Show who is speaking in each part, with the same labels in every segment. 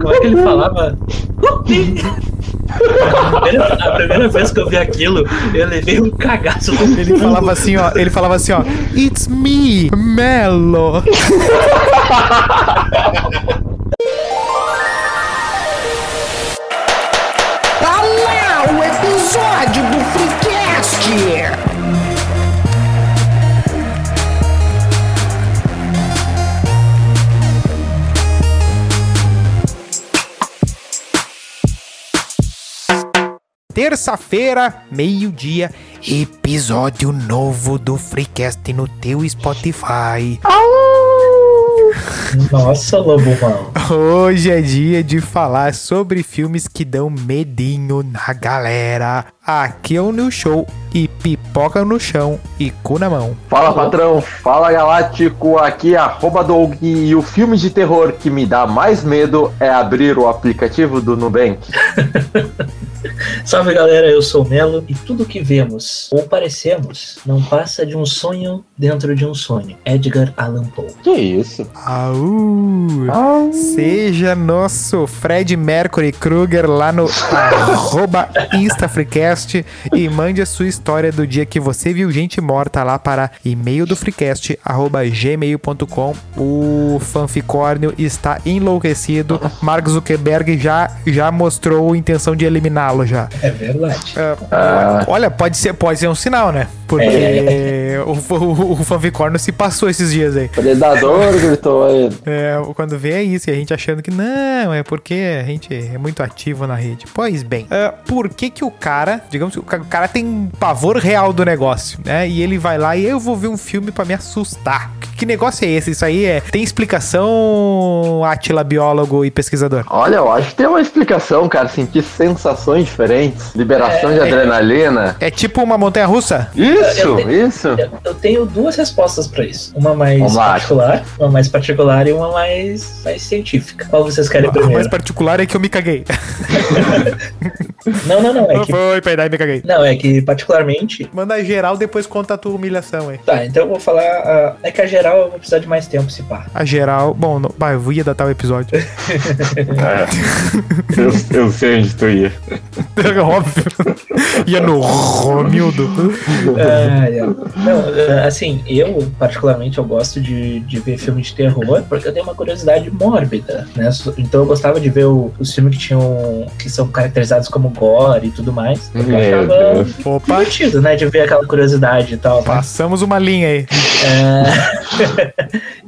Speaker 1: Como é que ele falava? Rupi! A primeira, a primeira vez que eu vi aquilo, eu levei um cagaço do
Speaker 2: Ele falava assim, ó. Ele falava assim, ó. It's me, Melo.
Speaker 3: Tá lá o episódio do Freecast!
Speaker 2: Terça-feira, meio-dia, episódio novo do Freecast no teu Spotify.
Speaker 1: Nossa, lobo mal.
Speaker 2: Hoje é dia de falar sobre filmes que dão medinho na galera. Aqui é o New Show e pipoca no chão e cu na mão.
Speaker 4: Fala patrão, fala galáctico, aqui é arroba Doug e o filme de terror que me dá mais medo é abrir o aplicativo do Nubank.
Speaker 1: Salve galera, eu sou o Melo e tudo que vemos ou parecemos não passa de um sonho dentro de um sonho. Edgar Allan Poe.
Speaker 4: Que isso?
Speaker 2: Au! Seja nosso Fred Mercury Kruger lá no arroba InstaFreecast e mande a sua história do dia que você viu gente morta lá para e-mail do freecast arroba gmail.com. O fanficórnio está enlouquecido. Mark Zuckerberg já, já mostrou a intenção de eliminá-lo já.
Speaker 1: É verdade.
Speaker 4: Ah.
Speaker 2: Olha, pode ser, pode ser um sinal, né? Porque o, o, o fanficórnio se passou esses dias aí.
Speaker 4: Predador gritou aí.
Speaker 2: É, quando vê é isso, e a gente achando que não, é porque a gente é muito ativo na rede. Pois bem, ah, por que que o cara, digamos que o ca- o cara tem pavor real do negócio, né? E ele vai lá e eu vou ver um filme pra me assustar. Que, que negócio é esse? Isso aí é tem explicação, Atila biólogo e pesquisador.
Speaker 4: Olha, eu acho que tem uma explicação, cara. Sentir sensações diferentes, liberação de adrenalina.
Speaker 2: É tipo uma montanha russa?
Speaker 4: Isso,
Speaker 1: É. Eu-
Speaker 4: isso.
Speaker 1: Eu, eu tenho duas respostas pra isso. Uma mais
Speaker 4: Vamos lá.
Speaker 1: particular, uma mais particular e uma mais, mais científica. Qual vocês querem
Speaker 2: O mais
Speaker 1: primeiro?
Speaker 2: particular é que eu me caguei.
Speaker 1: Não, não, não. É que,
Speaker 2: Foi peidar e me caguei.
Speaker 1: não, é que particularmente
Speaker 2: Manda geral, depois conta a tua humilhação, hein?
Speaker 1: Tá, então eu vou falar. ah, é que a geral eu vou precisar de mais tempo se pá.
Speaker 2: A geral, bom, não, bah, eu ia datar o episódio.
Speaker 1: É.
Speaker 4: Eu, eu sei onde tu ia.
Speaker 2: Óbvio. Ia no Romildo.
Speaker 1: Ah, é. Não, ah, assim, eu particularmente eu gosto de, de ver filme de terror porque eu tenho uma curiosidade mórbida, né? So- Então eu gostava de ver o- os filmes que tinham. que são caracterizados como gore e tudo mais. Eu
Speaker 4: Meu
Speaker 1: achava
Speaker 4: Deus.
Speaker 2: Opa,
Speaker 1: divertido, né? De ver aquela curiosidade e tal. né?
Speaker 2: passamos uma linha aí.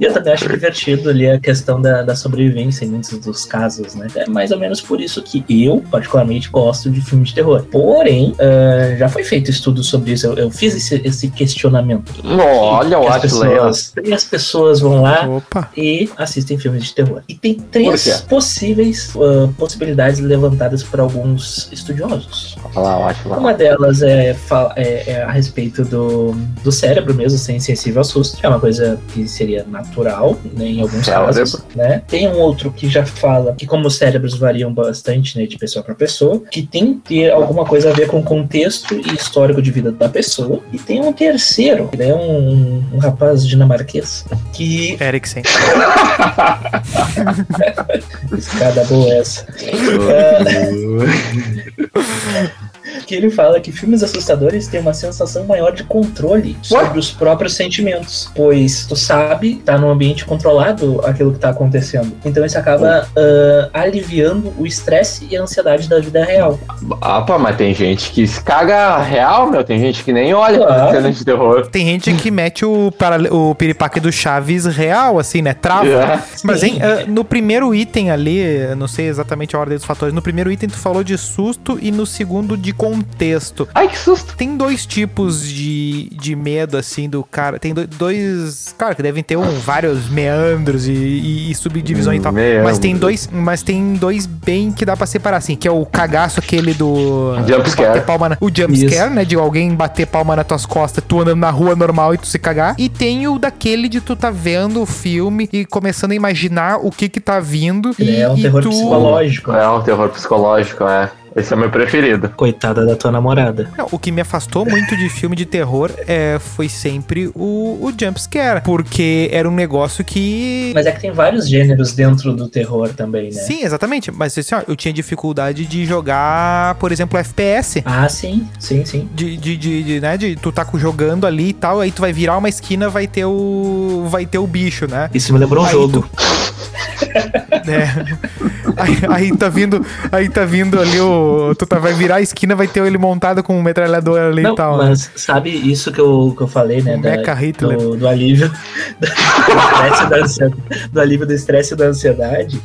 Speaker 1: E eu também acho divertido ali a questão da, da sobrevivência em muitos dos casos, né? É mais ou menos por isso que eu, particularmente, gosto de filme de terror. Porém, ah, já foi feito estudo sobre isso. Eu, eu fiz esse, esse questionamento.
Speaker 4: Olha o
Speaker 1: as
Speaker 4: Atila.
Speaker 1: pessoas, e as pessoas vão lá
Speaker 2: Opa.
Speaker 1: e assistem filmes de terror. E tem
Speaker 4: Por
Speaker 1: três possíveis ah, possibilidades levantadas por alguns estudiosos.
Speaker 4: Olha lá, o Atila.
Speaker 1: Uma delas é, fa- é- é a respeito do, do cérebro mesmo, ser insensível ao susto. É uma coisa que seria natural, né, em alguns
Speaker 4: Cérebro.
Speaker 1: casos. Né? Tem um outro que já fala que como os cérebros variam bastante né, de pessoa para pessoa, que tem que ter alguma coisa a ver com o contexto e histórico de vida da pessoa. E tem um terceiro, que é um, um rapaz dinamarquês, que...
Speaker 2: Eriksen.
Speaker 1: Escada boa é essa. que ele fala que filmes assustadores têm uma sensação maior de controle sobre os próprios sentimentos, pois tu sabe, tá num ambiente controlado aquilo que tá acontecendo. Então isso acaba
Speaker 2: Oh.
Speaker 1: ah, aliviando o estresse e a ansiedade da vida real.
Speaker 4: Ah, pá, mas tem gente que se caga real, meu. Tem gente que nem olha pra
Speaker 2: É.
Speaker 1: Claro.
Speaker 4: cena de terror.
Speaker 2: Tem gente que mete o, para, o piripaque do Chaves real, assim, né? Trava.
Speaker 4: Yeah.
Speaker 2: Mas, hein,
Speaker 1: Sim.
Speaker 2: ah, no primeiro item ali, eu não sei exatamente a ordem dos fatores, no primeiro item tu falou de susto e no segundo de contexto.
Speaker 4: Ai, que susto.
Speaker 2: Tem dois tipos de, de medo, assim, do cara. Tem do- dois. Claro que devem ter um, vários meandros e, e- e subdivisões e tal. Mas
Speaker 4: Meandros.
Speaker 2: tem dois. Mas tem dois bem que dá pra separar, assim, que é o cagaço aquele do.
Speaker 4: Jump
Speaker 2: do
Speaker 4: scare.
Speaker 2: bater palma na- o
Speaker 1: Isso.
Speaker 2: jumpscare, né? De alguém bater palma nas tuas costas, tu andando na rua normal e tu se cagar. E tem o daquele de tu tá vendo o filme e começando a imaginar o que que tá vindo. e,
Speaker 1: É um
Speaker 2: e
Speaker 1: terror
Speaker 2: tu-
Speaker 1: psicológico.
Speaker 4: É um terror psicológico, é. Esse é o meu preferido.
Speaker 1: Coitada da tua namorada.
Speaker 2: Não, o que me afastou muito de filme de terror é, foi sempre o, o jumpscare, porque era um negócio que.
Speaker 1: Mas é que tem vários gêneros dentro do terror também, né?
Speaker 2: Sim, exatamente. Mas assim, ó, eu tinha dificuldade de jogar, por exemplo, FPS.
Speaker 1: Ah, sim, sim, sim.
Speaker 2: De, de, de, de, né, de tu tá co- jogando ali e tal, aí tu vai virar uma esquina, vai ter o. Vai ter o bicho, né?
Speaker 1: Isso me lembrou um
Speaker 2: Aí
Speaker 1: jogo.
Speaker 2: É. Aí, aí tá vindo, aí tá vindo ali o. Tu tá, vai virar a esquina, vai ter ele montado com um metralhador ali
Speaker 1: Não,
Speaker 2: e tal. né? Um é
Speaker 1: mas sabe isso que eu, que eu falei, né? da-
Speaker 2: Mecha Hitler.
Speaker 1: do, do alívio do, estresse e da ansiedade, do alívio do estresse e da ansiedade.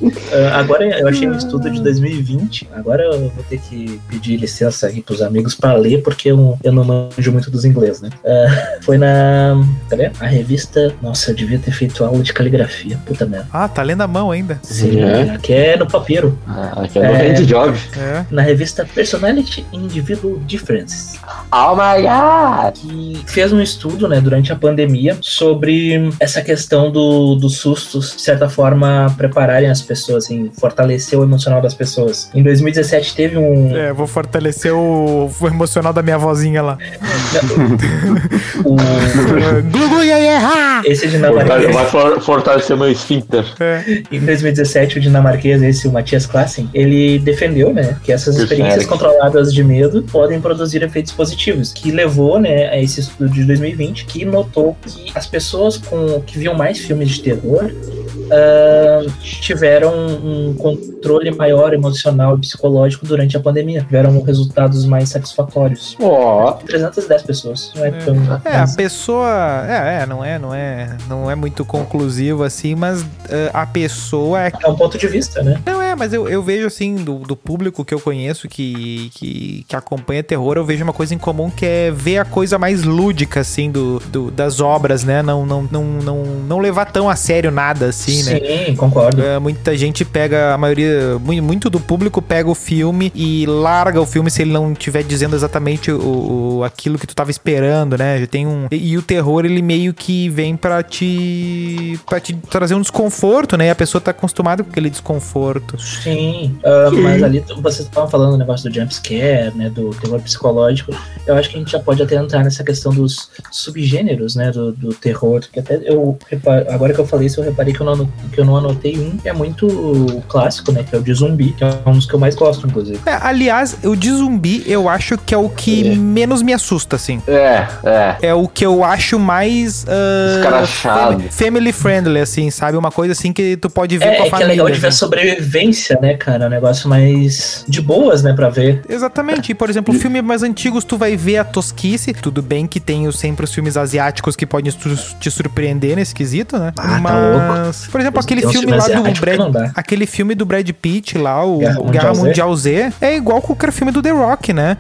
Speaker 1: Ah, agora eu achei um estudo de 2020. Agora eu vou ter que pedir licença aqui pros amigos pra ler, porque eu, eu não manjo muito dos inglês, né? Ah, foi na. Tá vendo? A revista. Nossa, eu devia ter feito aula de caligrafia. Puta merda.
Speaker 2: Ah, tá lendo a mão ainda.
Speaker 1: Sim,
Speaker 4: É.
Speaker 1: que é no papiro.
Speaker 4: Ah, aqui é do
Speaker 1: É.
Speaker 4: Randy Job.
Speaker 2: É.
Speaker 1: Na revista Personality Individual Differences.
Speaker 4: Oh my god!
Speaker 1: que fez um estudo, né, durante a pandemia sobre essa questão do, dos sustos, de certa forma, prepararem as pessoas, assim, fortalecer o emocional das pessoas. Em 2017 teve um.
Speaker 2: É, vou fortalecer o, o emocional da minha vozinha lá.
Speaker 1: um
Speaker 2: Gugu ia errar!
Speaker 1: esse
Speaker 4: Fortale-
Speaker 1: dinamarquês.
Speaker 4: Vai for- fortalecer meu esfíncter.
Speaker 2: É.
Speaker 1: Em 2017, o dinamarquês, esse, o Matthias Klassen, ele defendeu, né, que essas
Speaker 4: Isso,
Speaker 1: experiências
Speaker 4: Eric.
Speaker 1: controladas de medo podem produzir efeitos positivos, que levou, né, a esse estudo de 2020, que notou que as pessoas com, que viam mais filmes de terror ah, tiveram um controle maior emocional e psicológico durante a pandemia, tiveram resultados mais satisfatórios.
Speaker 4: Ó,
Speaker 1: 310 pessoas, não é tão...
Speaker 2: É, a pessoa. É, é, não é, não é, não é muito conclusivo assim, mas eh, a pessoa é
Speaker 1: é um ponto de vista, né?
Speaker 2: Não, é, mas eu, eu vejo assim, do, do público que eu conheço que, que, que acompanha terror, eu vejo uma coisa em comum que é ver a coisa mais lúdica, assim, do, do- das obras, né? Não, não, não, não, não levar tão a sério nada, assim, né?
Speaker 1: concordo.
Speaker 2: É, muita gente pega, a maioria, mu- muito do público pega o filme e larga o filme se ele não estiver dizendo exatamente o, o- aquilo que tu tava esperando, né? Já tem um e, e o terror ele meio que vem pra te para te trazer um desconforto, né? E a pessoa tá acostumada com aquele desconforto.
Speaker 1: Sim, ah, mas ali t- vocês estavam falando do negócio do jumpscare, né? Do terror psicológico. Eu acho que a gente já pode até entrar nessa questão dos subgêneros, né? Do, do terror. Que até eu repa- agora que eu falei isso, eu reparei que eu, não, ano- que eu não anotei um que é muito clássico, né? Que é o de zumbi, que é um dos que eu mais gosto, inclusive.
Speaker 2: É, aliás, o de zumbi eu acho que é o que
Speaker 4: É.
Speaker 2: menos me assusta, assim.
Speaker 4: é, é.
Speaker 2: É o que eu acho mais. ah,
Speaker 4: Escrachado.
Speaker 2: fami- Family friendly, assim, sabe? Uma coisa assim que tu pode ver com a
Speaker 1: É, é que é
Speaker 2: família.
Speaker 1: legal de ver a
Speaker 2: assim.
Speaker 1: sobrevivência, né, cara? É um negócio mais de boas, né, pra ver.
Speaker 2: Exatamente. E, por exemplo, filmes mais antigos, tu vai ver a tosquice. Tudo bem que tem os- sempre os filmes asiáticos que podem su- te surpreender nesse quesito, né?
Speaker 1: Ah, tá
Speaker 2: Por exemplo, É tipo aquele
Speaker 1: Tem uns
Speaker 2: filme
Speaker 1: filmes
Speaker 2: lá do
Speaker 1: asiáticos que não
Speaker 2: Brad...
Speaker 1: dá.
Speaker 2: Aquele filme do Brad Pitt lá, o o Guerra,
Speaker 1: Guerra
Speaker 2: Mundial,
Speaker 1: Mundial
Speaker 2: Z, é igual qualquer filme do The Rock, né?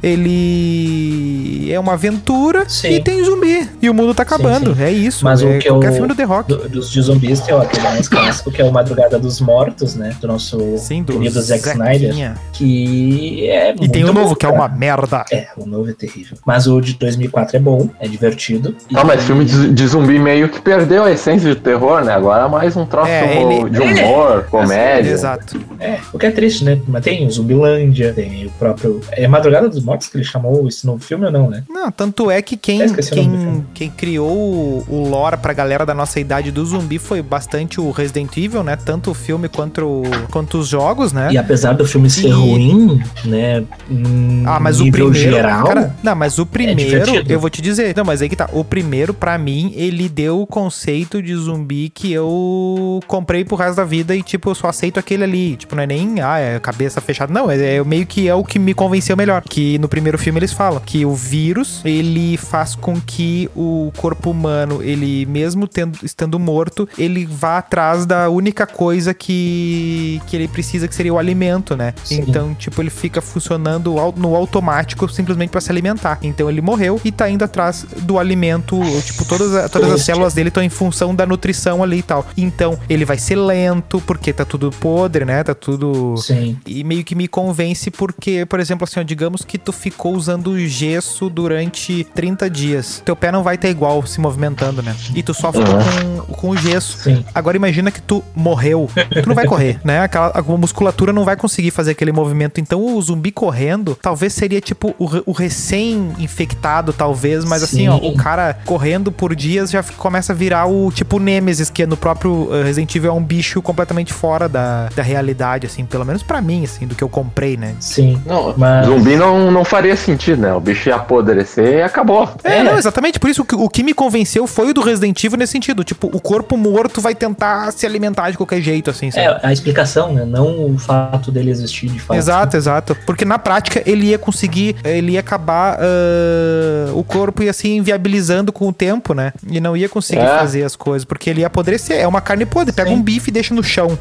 Speaker 2: Ele é uma aventura
Speaker 1: Sim.
Speaker 2: e tem zumbi. E o mundo tá acabando. É isso.
Speaker 1: Mas o
Speaker 2: é
Speaker 1: que eu-
Speaker 2: qualquer filme do The Rock.
Speaker 1: Do- dos de zumbis tem ó, aquele mais clássico, que é o Madrugada dos Mortos, né? Do nosso
Speaker 2: Sim, do
Speaker 1: querido Zack Snyder.
Speaker 2: Zequinha.
Speaker 1: que é
Speaker 2: E tem o
Speaker 1: muito
Speaker 2: novo,
Speaker 1: bom,
Speaker 2: que é
Speaker 1: cara.
Speaker 2: uma merda.
Speaker 1: É, o novo é terrível. Mas o de 2004 é bom, é divertido. E-
Speaker 4: Ah, mas filme de de zumbi meio que perdeu a essência do terror, né? Agora é mais um troço
Speaker 2: É, ele- Assim,
Speaker 4: de humor, comédia.
Speaker 2: Exato.
Speaker 1: É, o que é triste, né? Mas tem o Zumbilândia, tem o próprio... É Madrugada dos Mortos que ele chamou esse novo filme ou não, né?
Speaker 2: Não, tanto é que
Speaker 1: Eu
Speaker 2: quem,
Speaker 1: esqueci o nome do
Speaker 2: quem,
Speaker 1: filme.
Speaker 2: quem criou o- o lore pra galera da nossa idade do zumbi foi bastante o Resident Evil, né? Tanto o filme quanto, o- quanto os jogos, né?
Speaker 1: E apesar do filme ser
Speaker 2: E-
Speaker 1: ruim, né? num
Speaker 2: Ah, mas o
Speaker 1: nível
Speaker 2: primeiro.
Speaker 1: geral...
Speaker 2: cara, não, mas o primeiro,
Speaker 1: É divertido.
Speaker 2: eu vou te dizer. Não, mas aí que tá. O primeiro, pra mim, ele deu o conceito de zumbi que eu comprei pro resto da vida e, tipo, eu só aceito aquele ali. Tipo, não é nem, ah, é cabeça fechada. Não, é, é meio que é o que me convenceu melhor. Que no primeiro filme eles falam que o vírus, ele faz com que o corpo humano, ele mesmo tendo, estando morto, ele vá atrás da única coisa que, que ele precisa, que seria o alimento, né?
Speaker 1: Sim.
Speaker 2: Então, tipo, ele fica funcionando au- no automático simplesmente pra se alimentar. Então ele morreu e tá indo atrás do alimento, ou, tipo, todas, a- todas as
Speaker 1: Triste.
Speaker 2: células dele estão em função da nutrição ali e tal. Então, ele vai ser lento, porque tá tudo podre, né? Tá tudo.
Speaker 1: Sim.
Speaker 2: E meio que me convence porque, por exemplo, assim, ó, digamos que tu ficou usando gesso durante 30 dias. Teu pé não vai estar igual se movimentando, né? E tu só ficou com, com o gesso.
Speaker 1: Sim.
Speaker 2: Agora imagina que tu morreu. Tu não vai correr, né? Aquela a musculatura não vai conseguir fazer aquele movimento. Então o zumbi correndo talvez seria tipo o, re- o recém-infectado, talvez, mas assim,
Speaker 1: Sim.
Speaker 2: ó, o cara correndo por dias já f- começa a virar o tipo Nemesis, que no próprio eh, Resident Evil é um bicho completamente fora da, da realidade, assim, pelo menos pra mim, assim, do que eu comprei, né?
Speaker 1: Sim.
Speaker 4: Não,
Speaker 1: Mas-
Speaker 4: zumbi não, não faria sentido, né? O bicho ia apodrecer e acabou.
Speaker 2: É,
Speaker 1: É.
Speaker 2: não, exatamente. Por isso que o que me convenceu foi o do Resident Evil nesse sentido. Tipo, o corpo morto vai tentar se alimentar de qualquer jeito, assim, sabe?
Speaker 1: É, a explicação, né? Não o fato dele existir de fato.
Speaker 2: Exato, exato. Porque na prática ele ia conseguir, ele ia acabar ah, o corpo ia se inviabilizando com o tempo, né? E não ia conseguir
Speaker 4: É.
Speaker 2: fazer as coisas, porque ele ia apodrecer. É uma carne podre, pega
Speaker 1: Sim.
Speaker 2: um bife e deixa no chão.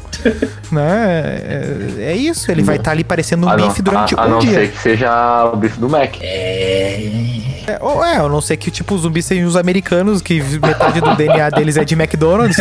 Speaker 2: né? É, é isso, ele vai estar ali parecendo um
Speaker 4: a Ah, não,
Speaker 2: bife durante
Speaker 4: a, a
Speaker 2: um
Speaker 4: não
Speaker 2: dia.
Speaker 4: ser que seja o bife do Mac.
Speaker 2: É, ou é, eu não sei que tipo os zumbis sejam os americanos, que metade do DNA deles é de McDonald's.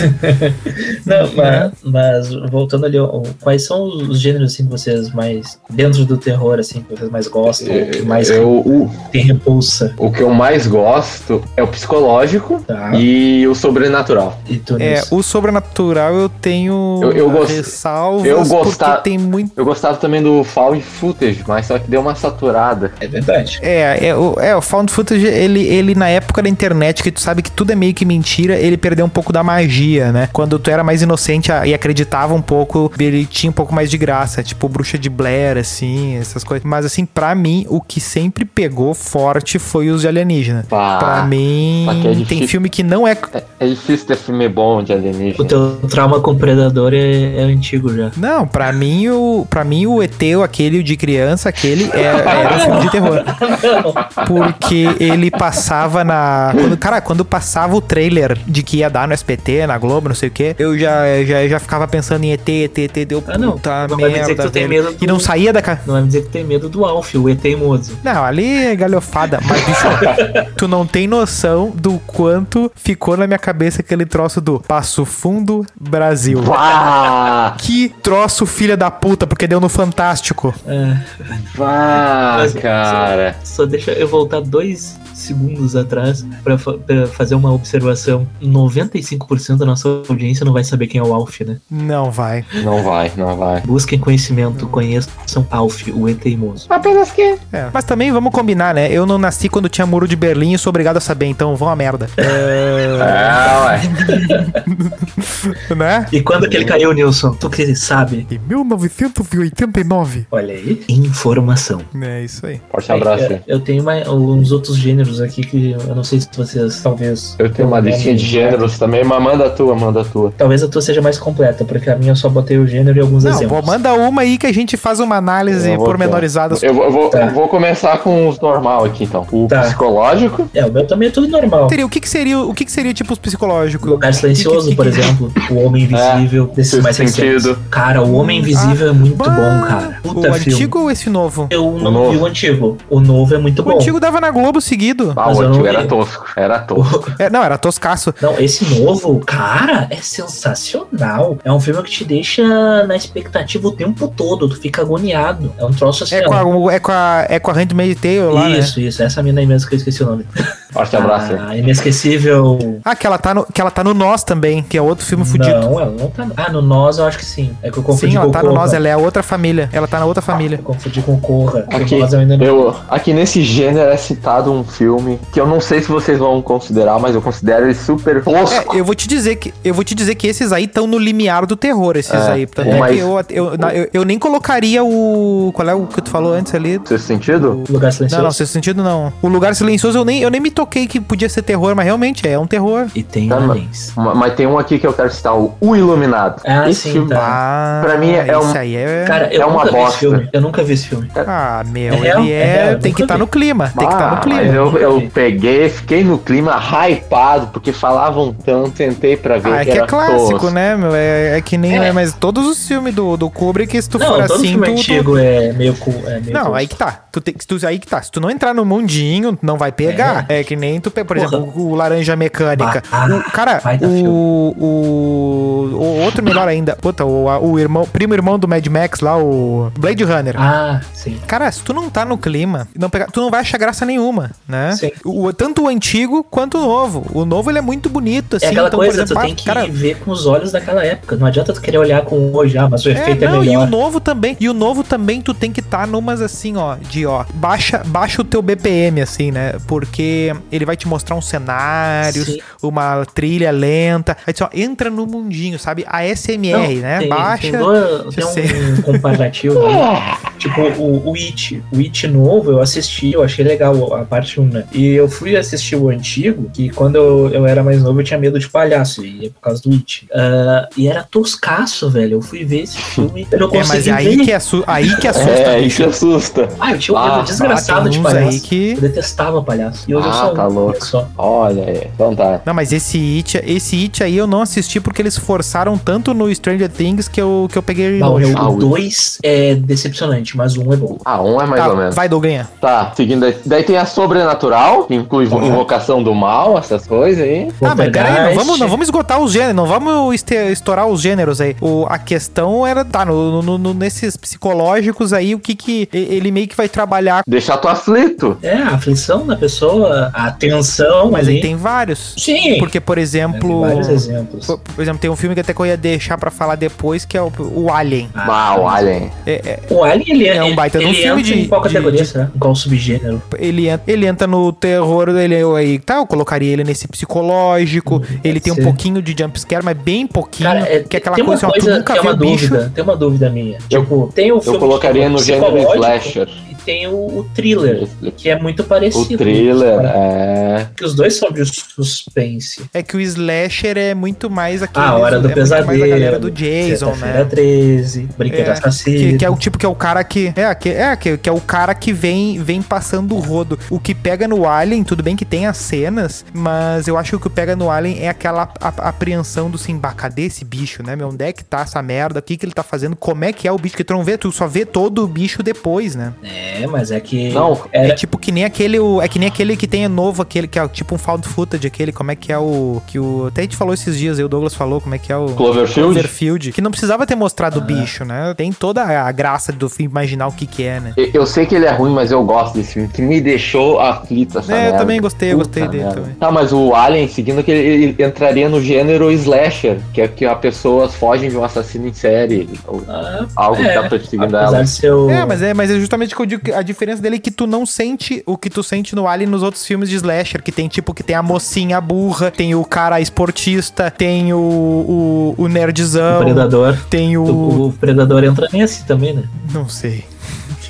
Speaker 1: Não, mas, mas voltando ali, ó, quais são os os gêneros assim, que vocês mais. Dentro do terror, assim, que vocês mais gostam, ou que mais
Speaker 4: É, Eu, o,
Speaker 1: tem repulsa,
Speaker 4: o que eu mais gosto é o psicológico
Speaker 2: Ah.
Speaker 1: tá?
Speaker 4: e o sobrenatural.
Speaker 1: E tu
Speaker 2: É,
Speaker 1: nisso?
Speaker 2: o sobrenatural eu tenho
Speaker 4: Eu- eu gost-
Speaker 2: ressalvas,
Speaker 4: eu gostar-
Speaker 2: porque tem muito
Speaker 4: Eu gostava também do found footage, mas só que deu uma saturada.
Speaker 1: É verdade.
Speaker 2: É, é, o, é, o Found Footage, ele, ele na época da internet, que tu sabe que tudo é meio que mentira, ele perdeu um pouco da magia, né? Quando tu era mais inocente a- e acreditava um pouco, ele tinha um pouco mais de graça, tipo Bruxa de Blair, assim, essas coisas. Mas assim, pra mim, o que sempre pegou forte foi os de alienígena.
Speaker 4: Pá,
Speaker 2: pra mim,
Speaker 4: Ah, aqui é
Speaker 2: tem
Speaker 4: difícil.
Speaker 2: filme que não é...
Speaker 4: É difícil ter filme bom de
Speaker 1: O
Speaker 4: alienígena.
Speaker 1: teu trauma com o predador é, é antigo já.
Speaker 2: Não, pra mim, o, pra mim, o ET, aquele de criança, aquele, é- era um filme de terror. Porque ele passava na. quando- cara, quando passava o trailer de que ia dar no SPT, na Globo, não sei o quê, eu já, já, já ficava pensando em ET, ET, ET, deu
Speaker 1: Ah, não.
Speaker 2: puta
Speaker 1: Não vai me
Speaker 2: merda.
Speaker 1: dizer que tu tem
Speaker 2: velho.
Speaker 1: medo do-
Speaker 2: E não saía da ca...
Speaker 1: Não vai me dizer que tem medo do Alf, o ET Mozo.
Speaker 2: Não, ali é galhofada. Mas, bicho, tu não tem noção do quanto ficou na minha cabeça aquele troço do Passo Fundo Brasil.
Speaker 4: Pá,
Speaker 2: Que troço, filha da puta, porque deu no Fantástico.
Speaker 1: É,
Speaker 4: pá,
Speaker 1: Mas-
Speaker 4: cara.
Speaker 1: só deixa eu voltar dois segundos atrás pra, fa- pra fazer uma observação. 95% da nossa audiência não vai saber quem é o Alf, né?
Speaker 2: Não vai.
Speaker 4: Não vai, não vai.
Speaker 1: Busquem conhecimento, conheçam Alf, o ET Mozo.
Speaker 4: Apenas que.
Speaker 2: É. Mas também vamos combinar, né? Eu não nasci quando tinha muro de Berlim e sou obrigado a saber, então vão a merda.
Speaker 4: Ah, ué.
Speaker 2: né?
Speaker 1: E quando que ele caiu, Nilson? Tu que sabe?
Speaker 2: Em 1989.
Speaker 1: Olha aí. Informação.
Speaker 2: É isso aí.
Speaker 4: Forte Um abraço.
Speaker 1: Eu, eu tenho mais uns outros gêneros aqui que eu não sei se vocês talvez. é,
Speaker 4: Eu tenho uma listinha de gêneros também, mas manda a tua, manda a tua.
Speaker 1: Talvez a tua seja mais completa, porque a minha eu só botei o gênero e alguns
Speaker 2: Não,
Speaker 1: exemplos.
Speaker 2: pô, manda uma aí que a gente faz uma análise
Speaker 1: É,
Speaker 4: Eu vou-
Speaker 2: pormenorizada.
Speaker 4: Eu, vou- eu vou,
Speaker 1: Tá.
Speaker 4: eu vou começar com os normal aqui, então. O
Speaker 1: Tá.
Speaker 4: psicológico.
Speaker 1: É, o meu também é tudo normal.
Speaker 2: Teria- O que, que seria o que, que seria tipo os psicológicos?
Speaker 1: Lugar Silencioso,
Speaker 2: Que- que- que-
Speaker 1: por exemplo. O Homem Invisível, desses
Speaker 4: É, fez
Speaker 1: mais recentes.
Speaker 4: sentido.
Speaker 1: Cara, o Homem Invisível é muito bom, cara.
Speaker 2: Ah, O
Speaker 1: Puta filme.
Speaker 2: antigo ou esse novo?
Speaker 1: Eu não
Speaker 4: novo.
Speaker 1: vi o antigo. O novo é muito
Speaker 2: O
Speaker 1: bom.
Speaker 2: antigo dava na Globo seguido.
Speaker 4: Ah,
Speaker 1: Mas
Speaker 4: o
Speaker 1: eu não
Speaker 4: antigo
Speaker 1: vi.
Speaker 4: era tosco. Era tosco.
Speaker 1: O-
Speaker 2: É, não, era toscaço.
Speaker 1: Não, esse novo, cara, é sensacional. É um filme que te deixa na expectativa o tempo todo. Tu fica agoniado. É um troço assim.
Speaker 2: É
Speaker 1: ó.
Speaker 2: com, a, é, com a, é com a Handmaid Tale lá, né?
Speaker 1: isso, isso. Essa mina aí mesmo que eu esqueci o nome.
Speaker 4: Forte abraço.
Speaker 1: Ah, inesquecível.
Speaker 2: Ah, que ela, tá no, que ela tá no Nós também, que é outro filme fudido.
Speaker 1: Não, ela não tá. Ah, no Nós eu acho que sim. É que eu confundi
Speaker 2: Sim,
Speaker 1: com
Speaker 2: ela
Speaker 1: o
Speaker 2: tá
Speaker 1: Corra.
Speaker 2: no Nós, ela é a outra família. Ela tá na outra família.
Speaker 1: Eu confundi com o Corra. que
Speaker 4: Aqui,
Speaker 1: o Nós eu ainda não.
Speaker 4: eu, aqui nesse gênero é citado um filme que eu não sei se vocês vão considerar, mas eu considero ele super tosco.
Speaker 2: É, eu vou te dizer que eu vou te dizer que esses aí estão no limiar do terror, esses
Speaker 4: É,
Speaker 2: aí. Tanto é
Speaker 4: mas-
Speaker 2: que eu, eu, na- eu, eu nem colocaria o. Qual é o que tu falou antes ali?
Speaker 4: Seu sentido?
Speaker 1: Lugar Silencioso.
Speaker 2: Não, não, sexto sentido não. O lugar silencioso eu nem, eu nem me toquei que podia ser terror, mas realmente é um terror.
Speaker 1: E tem
Speaker 4: Tá, mas-
Speaker 1: aliens.
Speaker 4: Ma- Mas tem um aqui que eu quero citar, o O Iluminado.
Speaker 1: Ah, sim,
Speaker 4: filme-
Speaker 1: tá.
Speaker 2: Ah,
Speaker 4: Pra mim é
Speaker 2: esse
Speaker 4: um-
Speaker 2: aí é.
Speaker 1: Cara, eu
Speaker 4: É uma
Speaker 1: nunca vi esse
Speaker 4: bosta.
Speaker 1: filme. Eu nunca vi esse filme.
Speaker 2: Ah, meu,
Speaker 1: É real,
Speaker 2: ele
Speaker 1: é
Speaker 2: é.
Speaker 1: real,
Speaker 2: tem
Speaker 1: nunca
Speaker 2: que estar
Speaker 1: vi.
Speaker 2: no clima. Tem que estar no
Speaker 4: Ah,
Speaker 2: clima. né,
Speaker 4: Mas eu, eu peguei, fiquei no clima hypado, porque falavam tanto, tentei pra ver.
Speaker 2: Ah, é que é
Speaker 4: era
Speaker 2: clássico,
Speaker 4: tosco.
Speaker 2: né, meu? É, é que nem.
Speaker 1: É.
Speaker 2: é, mas todos os filmes do, do Kubrick, se tu for
Speaker 1: Não, todo
Speaker 2: assim,
Speaker 1: filme
Speaker 2: tu- tu,
Speaker 1: antigo é meio cool. É meio
Speaker 2: Não,
Speaker 1: cool.
Speaker 2: aí que tá. Tu tem, tu, aí que tá. Se tu não entrar no mundinho, não vai pegar. É, que nem tu, pe- por
Speaker 1: Porra.
Speaker 2: exemplo, o, o Laranja Mecânica.
Speaker 1: Bah,
Speaker 2: O- cara,
Speaker 1: vai dar
Speaker 2: o,
Speaker 1: filme.
Speaker 2: o, o outro melhor ainda, puta, o, a- o irmão, primo irmão do Mad Max lá, o Blade Runner.
Speaker 1: Ah, sim.
Speaker 2: Cara, se tu não tá no clima, não pegar, tu não vai achar graça nenhuma, né?
Speaker 1: Sim.
Speaker 2: O, tanto o antigo quanto o novo. O novo ele é muito bonito, assim.
Speaker 1: é aquela
Speaker 2: então, por
Speaker 1: coisa,
Speaker 2: exemplo,
Speaker 1: tu
Speaker 2: ah,
Speaker 1: tem que
Speaker 2: cara,
Speaker 1: ver com os olhos daquela época. Não adianta tu querer olhar com o hoje, ah, mas o
Speaker 2: é,
Speaker 1: efeito é,
Speaker 2: não, e o
Speaker 1: melhor.
Speaker 2: novo também. E o novo também tu tem que estar numas assim, ó, de ó, baixa, baixa o teu BPM assim, né? Porque ele vai te mostrar uns cenários,
Speaker 1: Sim.
Speaker 2: uma trilha lenta. Aí tu só entra no mundinho, sabe? A SMR,
Speaker 1: Não,
Speaker 2: né?
Speaker 1: tem-
Speaker 2: baixa.
Speaker 1: Tem, dois-
Speaker 2: deixa
Speaker 1: tem um comparativo aí. Tipo, o, o It. O It novo eu assisti, eu achei legal a parte 1, né? E eu fui assistir o antigo, que quando eu, eu era mais novo eu tinha medo de palhaço, e é por causa do It. Ah, e era toscaço, velho. Eu fui ver esse filme, eu não
Speaker 2: É, mas
Speaker 1: consegui
Speaker 2: é aí
Speaker 1: ver.
Speaker 2: que, assu aí que assusta.
Speaker 4: É,
Speaker 2: bicho.
Speaker 4: isso assusta.
Speaker 1: Ah, eu tinha um medo
Speaker 4: Ah,
Speaker 1: desgraçado
Speaker 2: tem
Speaker 1: de
Speaker 2: uns
Speaker 1: palhaço.
Speaker 2: aí que-
Speaker 1: Eu detestava palhaço. E hoje eu
Speaker 4: Ah,
Speaker 1: sou um
Speaker 4: tá louco.
Speaker 1: só.
Speaker 4: Olha aí. Então tá.
Speaker 2: Não, mas esse It, esse It aí eu não assisti porque eles forçaram tanto no Stranger Things que eu, que eu peguei
Speaker 1: Não,
Speaker 2: nojo.
Speaker 4: Ah,
Speaker 1: o
Speaker 4: o-
Speaker 1: 2 é decepcionante, mas o 1 um é bom.
Speaker 4: Ah, um é mais
Speaker 2: Tá,
Speaker 4: ou menos.
Speaker 2: vai, Douganha.
Speaker 4: Tá, seguindo. aí. Daí tem a sobrenatural, que inclui
Speaker 1: Uhum.
Speaker 4: vo- invocação do mal, essas coisas aí.
Speaker 2: Ah, mas peraí, não
Speaker 1: Poltergeist.
Speaker 2: vamos, não vamos esgotar os gêneros, não vamos este- estourar os gêneros aí. O, a questão era, tá, no, no- no- nesses psicológicos aí, o que que e- ele meio que vai trabalhar.
Speaker 4: Deixar tu aflito.
Speaker 1: É, a aflição da pessoa, a tensão
Speaker 2: Mas aí
Speaker 1: ali.
Speaker 2: tem vários.
Speaker 1: Sim. né,
Speaker 2: Porque, por exemplo...
Speaker 1: Tem vários exemplos.
Speaker 2: Por, por exemplo, tem um filme que até que eu ia deixar pra falar depois, que é o, o Alien.
Speaker 1: Ah,
Speaker 4: Ah, o Alien.
Speaker 2: É- é-
Speaker 1: O Alien, ele
Speaker 2: É um baita de um
Speaker 1: ele
Speaker 2: filme
Speaker 1: entra
Speaker 2: de-
Speaker 1: em qual
Speaker 2: de-
Speaker 1: categoria, será? Em qual subgênero?
Speaker 2: ele, en- ele entra no terror, ele eu aí, tá, eu colocaria ele nesse psicológico, ele tem um
Speaker 1: Uhum, ser.
Speaker 2: pouquinho de jumpscare, mas bem pouquinho,
Speaker 1: Cara, é,
Speaker 2: que é aquela
Speaker 1: tem uma
Speaker 2: coisa, ó, tu
Speaker 1: coisa
Speaker 2: nunca
Speaker 1: que é
Speaker 2: vê
Speaker 1: uma
Speaker 2: o bicho.
Speaker 1: dúvida, tem uma dúvida minha.
Speaker 4: Eu-
Speaker 1: tipo, tem o
Speaker 4: Eu
Speaker 1: filme
Speaker 4: colocaria
Speaker 1: de
Speaker 4: no
Speaker 1: terror
Speaker 4: gênero
Speaker 1: psicológico
Speaker 4: slasher.
Speaker 1: E tem o, o thriller, que é muito
Speaker 4: O
Speaker 1: parecido.
Speaker 4: thriller,
Speaker 1: Né?
Speaker 4: é.
Speaker 1: Porque os dois são de suspense.
Speaker 2: É que o slasher é muito mais aquele.
Speaker 1: Ah, Hora do
Speaker 2: é muito mais
Speaker 1: Pesadelo, tá
Speaker 2: a galera do Jason,
Speaker 1: Sexta-feira
Speaker 2: né?
Speaker 1: 13, Brinquedo
Speaker 2: É,
Speaker 1: Assassino.
Speaker 2: Que, que é o tipo que é o cara que. É, que, é que, que é o cara que vem, vem passando o rodo. O que pega no Alien, tudo bem que tem as cenas, mas eu acho que o que pega no Alien é aquela a- apreensão do assim, bah, cadê esse bicho, né? Meu, onde é que tá essa merda? O que, que ele tá fazendo? Como é que é o bicho? Que tu não vê, tu só vê todo o bicho depois, né?
Speaker 1: É, mas é que...
Speaker 4: Não,
Speaker 2: É
Speaker 1: era-
Speaker 2: tipo que nem aquele. o- É que nem aquele que tem novo, aquele que é tipo um found footage, aquele, como é que é o. Que o. Até a gente falou esses dias aí, o Douglas falou como é que é o.
Speaker 4: Cloverfield.
Speaker 2: Cloverfield, que não precisava ter mostrado o bicho, né? Tem toda a graça do filme imaginar o que que é, né?
Speaker 4: Eu eu sei que ele é ruim, mas eu gosto desse filme, que me deixou aflito essa
Speaker 2: É, eu
Speaker 4: merda.
Speaker 2: também gostei, eu gostei
Speaker 4: Puta
Speaker 2: dele
Speaker 4: merda.
Speaker 2: também.
Speaker 4: Tá, mas o Alien, seguindo que ele, ele entraria no gênero slasher, que é que as pessoas fogem de um assassino em série, ou
Speaker 1: Ah,
Speaker 4: algo que
Speaker 1: É,
Speaker 4: tá perseguindo
Speaker 1: apesar
Speaker 4: ela.
Speaker 1: de ser o...
Speaker 2: É, mas é, mas é justamente que eu digo que a diferença dele é que tu não sente o que tu sente no Alien nos outros filmes de slasher, que tem tipo que tem a mocinha burra, tem o cara esportista, tem o, o, é o
Speaker 1: O
Speaker 2: nerdzão,
Speaker 1: Predador.
Speaker 2: tem o
Speaker 1: O, o Predador entra nesse também, né?
Speaker 2: não sei.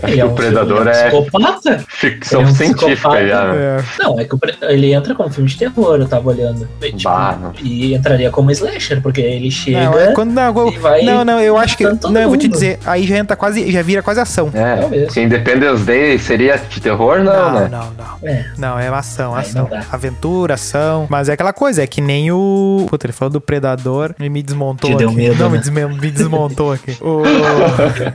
Speaker 4: Acho que o Predador
Speaker 1: ele
Speaker 4: é-
Speaker 1: um psicopata?
Speaker 4: Ficção
Speaker 1: Ele é um
Speaker 4: científica,
Speaker 1: psicopata.
Speaker 4: já. né?
Speaker 2: É.
Speaker 1: Não, é que o Pre- ele entra como filme de terror, eu tava olhando. E, tipo,
Speaker 4: Bah, não.
Speaker 1: e entraria como slasher, porque ele chega.
Speaker 2: Não, é quando não,
Speaker 1: e vai
Speaker 2: não, não, eu
Speaker 4: tá
Speaker 2: acho que
Speaker 1: matando todo
Speaker 2: não, eu vou te
Speaker 1: mundo.
Speaker 2: dizer, aí já entra quase, já vira quase ação.
Speaker 4: É,
Speaker 1: Talvez.
Speaker 4: porque Independence Day seria de terror? Não, né?
Speaker 2: não, não.
Speaker 1: É.
Speaker 2: Não, é ação,
Speaker 1: Aí
Speaker 2: ação.
Speaker 1: não dá.
Speaker 2: Aventura, ação. Mas é aquela coisa, é que nem o. Puta, ele falou do Predador e me desmontou
Speaker 1: Te
Speaker 2: aqui.
Speaker 1: deu medo,
Speaker 2: não, me,
Speaker 1: né?
Speaker 2: desme- me desmontou aqui. O-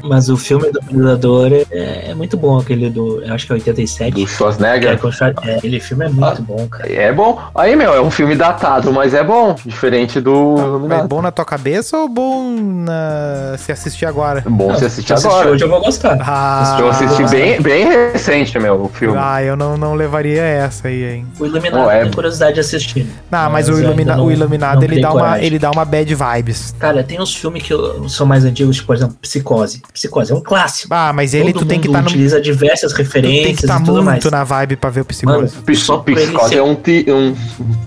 Speaker 1: Mas o filme do Predador é, é muito bom, aquele do. Eu acho que é 87.
Speaker 4: Do
Speaker 1: que é
Speaker 4: Schwarzenegger.
Speaker 1: com o Schwar- é, aquele filme é muito bom, cara.
Speaker 4: É bom. Aí, meu, é um filme datado, mas é bom. Diferente do.
Speaker 2: Mas é bom na tua cabeça ou bom na... se assistir agora?
Speaker 4: Bom
Speaker 1: Não,
Speaker 4: se
Speaker 1: se
Speaker 4: assistir
Speaker 1: eu assistir
Speaker 4: agora.
Speaker 1: hoje eu vou gostar.
Speaker 2: Ah,
Speaker 4: Eu assisti bem, bem recente, meu, o filme.
Speaker 2: Ah, eu não, não levaria essa aí, hein?
Speaker 1: O Iluminado
Speaker 4: Não, é-
Speaker 1: tem curiosidade de assistir.
Speaker 2: Não, mas,
Speaker 1: Mas
Speaker 2: o,
Speaker 1: eu
Speaker 2: Ilumina-
Speaker 1: ainda não-
Speaker 2: o Iluminado
Speaker 1: não
Speaker 2: ele,
Speaker 1: dei
Speaker 2: dá uma,
Speaker 1: coragem.
Speaker 2: ele dá uma bad vibes.
Speaker 1: Cara, tem uns filmes que eu- são mais antigos, tipo, por exemplo, Psicose. Psicose é um clássico.
Speaker 2: Ah, mas ele
Speaker 1: Todo
Speaker 2: tu tem que
Speaker 1: mundo
Speaker 2: estar no. Tu
Speaker 1: utiliza diversas
Speaker 2: tem que
Speaker 1: referências
Speaker 2: estar
Speaker 1: e tudo mais.
Speaker 2: muito na vibe pra ver o psicólogo.
Speaker 1: Mano,
Speaker 4: Só
Speaker 1: só por ele
Speaker 4: Psicose
Speaker 1: ser-
Speaker 4: é um, ti- um um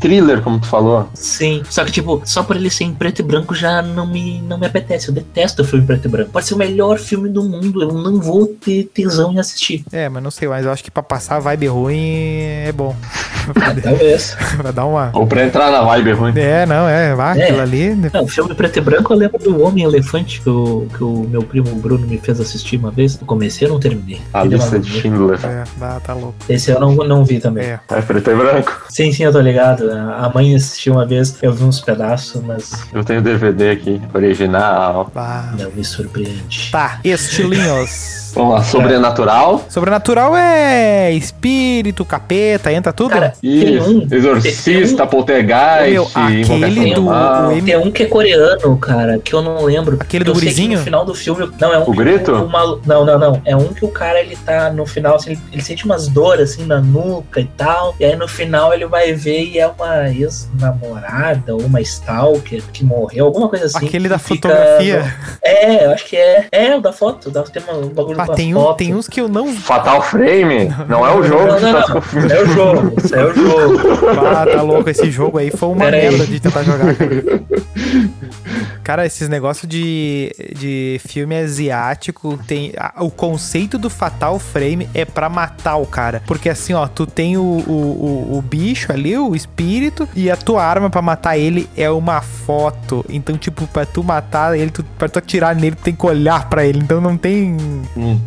Speaker 4: thriller, como tu falou.
Speaker 1: Sim, só que tipo, só por ele ser em preto e branco já não me, não me apetece. Eu detesto filme em preto e branco. Pode ser o melhor filme do mundo, eu não vou ter tesão em assistir.
Speaker 2: É, mas não sei, mas eu acho que pra passar a vibe ruim é bom.
Speaker 1: Talvez.
Speaker 2: pra dar uma.
Speaker 4: Ou pra entrar na vibe ruim.
Speaker 2: É, não, é, vá,
Speaker 1: É.
Speaker 2: aquilo ali. né?
Speaker 1: Não, filme preto e branco eu lembro Ah, do Homem Elefante que, o que o meu primo Bruno me fez assistir uma vez. Eu comecei eu não terminei.
Speaker 4: A
Speaker 1: Filha
Speaker 4: lista de
Speaker 1: maluca.
Speaker 4: Schindler.
Speaker 2: É, dá, tá louco.
Speaker 1: Esse eu não, não vi também.
Speaker 2: É.
Speaker 4: É preto e branco.
Speaker 1: Sim, sim, eu tô ligado. A mãe assistiu uma vez, eu vi uns pedaços, mas
Speaker 4: Eu tenho DVD aqui, original.
Speaker 2: Bah.
Speaker 1: não me surpreende.
Speaker 2: Tá, estilinhos.
Speaker 4: Vamos lá, sobrenatural.
Speaker 2: Sobrenatural é espírito, capeta, entra tudo?
Speaker 1: Cara,
Speaker 4: E
Speaker 1: tem um.
Speaker 4: Exorcista, Poltergeist,
Speaker 2: Meu, aquele
Speaker 4: Invocação
Speaker 1: do-
Speaker 4: Mal.
Speaker 2: o
Speaker 1: Tem um que é coreano, cara, que eu não lembro.
Speaker 2: Aquele
Speaker 1: Eu
Speaker 2: do
Speaker 1: sei que
Speaker 2: gurizinho?
Speaker 1: No final do filme. Não, é um.
Speaker 4: O grito?
Speaker 1: um malu- não, não, não. É um que o cara, ele tá no final, assim, ele, ele sente umas dores, assim, na nuca e tal. E aí no final ele vai ver e é uma ex-namorada ou uma stalker que morreu, alguma coisa assim.
Speaker 2: Aquele da
Speaker 1: E fica
Speaker 2: fotografia.
Speaker 1: no- É, eu acho que é. É, o da foto. Da, tem um bagulho
Speaker 2: Ah,
Speaker 1: com a
Speaker 2: tem, um,
Speaker 1: foto.
Speaker 2: tem uns que eu não.
Speaker 4: Fatal Frame? Não é o jogo
Speaker 1: Não,
Speaker 4: que
Speaker 1: não,
Speaker 4: tá com o
Speaker 1: não.
Speaker 4: filme.
Speaker 1: É o jogo. Isso é o jogo.
Speaker 2: Ah, tá louco. Esse jogo aí foi uma
Speaker 1: Pera aí.
Speaker 2: merda de tentar jogar. Cara, Cara, esses negócios de, de filme é asiático tem. a- o conceito do Fatal Frame é pra matar o cara. Porque assim, ó, tu tem o, o, o- o bicho ali, o espírito, e a tua arma pra matar ele é uma foto. Então, tipo, pra tu matar ele, tu, pra tu atirar nele, tu tem que olhar pra ele. Então não tem.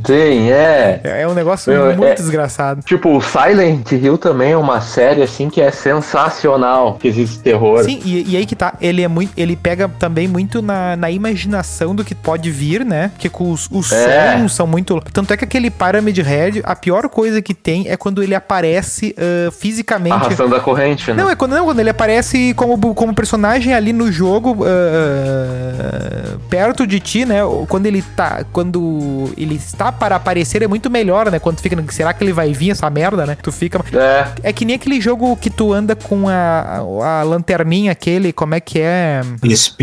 Speaker 4: Tem, é.
Speaker 2: É é um negócio
Speaker 4: Meu, é-
Speaker 2: muito desgraçado.
Speaker 4: Tipo, o Silent Hill também é uma série assim que é sensacional que existe terror.
Speaker 2: Sim, e, e aí que tá, ele é muito. Ele pega também muito na, na imaginação do que pode vir, né? Porque com os, os
Speaker 4: É.
Speaker 2: sons são muito. Tanto é que aquele Pyramid Head, a pior coisa que tem é quando ele aparece ah, fisicamente.
Speaker 4: Arrastando a corrente, né?
Speaker 2: Não, é quando, não, quando ele aparece como, bu- como personagem ali no jogo, ah, perto de ti, né? Ou Quando ele tá. Quando ele está para aparecer, é muito melhor, né? Quando tu fica. Será que ele vai vir essa merda, né? Tu fica.
Speaker 4: É,
Speaker 2: É que nem aquele jogo que tu anda com a, a lanterninha, aquele, como é que é?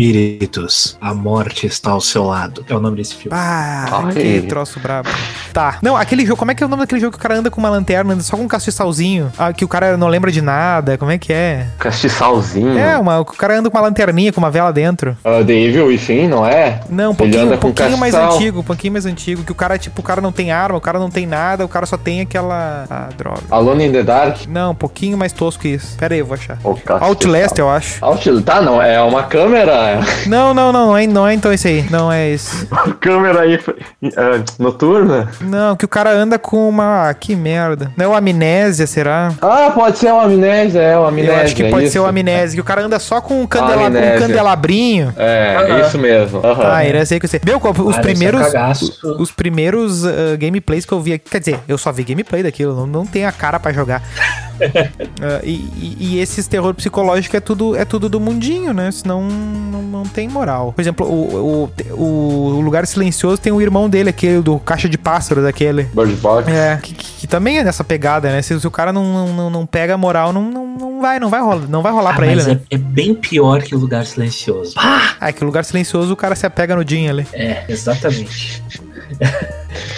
Speaker 1: Espíritos, a morte está ao seu lado. É o nome desse filme.
Speaker 2: Ah,
Speaker 4: Ai.
Speaker 2: que troço brabo. Tá. Não, aquele jogo, como é que é o nome daquele jogo que o cara anda com uma lanterna, anda só com um castiçalzinho, ah, que o cara não lembra de nada, como é que é?
Speaker 4: castiçalzinho.
Speaker 2: É, uma, o cara anda com uma lanterninha, com uma vela dentro.
Speaker 4: Ah, The Evil Within, não é?
Speaker 2: Não, um
Speaker 4: Ele
Speaker 2: pouquinho,
Speaker 4: anda
Speaker 2: um
Speaker 4: com
Speaker 2: pouquinho mais
Speaker 4: castiçal.
Speaker 2: antigo, um pouquinho mais antigo, que o cara, tipo, o cara não tem arma, o cara não tem nada, o cara só tem aquela... Ah, droga.
Speaker 4: Alone in the Dark.
Speaker 2: Não, um pouquinho mais tosco que isso. Pera aí, eu vou achar.
Speaker 4: O castiçal.
Speaker 2: Outlast, eu acho.
Speaker 4: Outlast, tá, não, é uma câmera.
Speaker 2: Não, não, não, não é, não é então esse aí. Não é esse.
Speaker 4: câmera aí é, noturna?
Speaker 2: Não, que o cara anda com uma. Ah, que merda. Não é o amnésia, será?
Speaker 4: Ah, pode ser o amnésia, é o amnésia.
Speaker 2: Eu acho que
Speaker 4: é
Speaker 2: pode ser o
Speaker 4: isso.
Speaker 2: amnésia, que o cara anda só com um, candela- com um
Speaker 4: Amnésia.
Speaker 2: candelabrinho.
Speaker 4: É,
Speaker 1: Aham.
Speaker 4: isso mesmo. aham.
Speaker 2: Ah, era esse aí que eu sei. Meu, os
Speaker 4: Ah,
Speaker 1: Cara,
Speaker 2: primeiros.
Speaker 1: esse é um cagaço.
Speaker 2: Os primeiros ah, gameplays que eu vi aqui. Quer dizer, eu só vi gameplay daquilo, não, não tem a cara pra jogar. Ah, e, e- e esses terror psicológico é tudo, é tudo do mundinho, né? Senão não, não tem moral. Por exemplo, o, o, o Lugar Silencioso tem o irmão dele, aquele do Caixa de Pássaros, aquele.
Speaker 4: Bird Box.
Speaker 2: É, que, que- que também é nessa pegada, né? Se, se o cara não, não- não, não pega a moral, não, não, não vai, não vai rolar, não vai rolar
Speaker 1: Ah,
Speaker 2: pra ele,
Speaker 1: mas
Speaker 2: né?
Speaker 1: é, é bem pior que o Lugar Silencioso.
Speaker 2: Ah, que lugar silencioso o cara se apega no Jim ali.
Speaker 1: É, exatamente.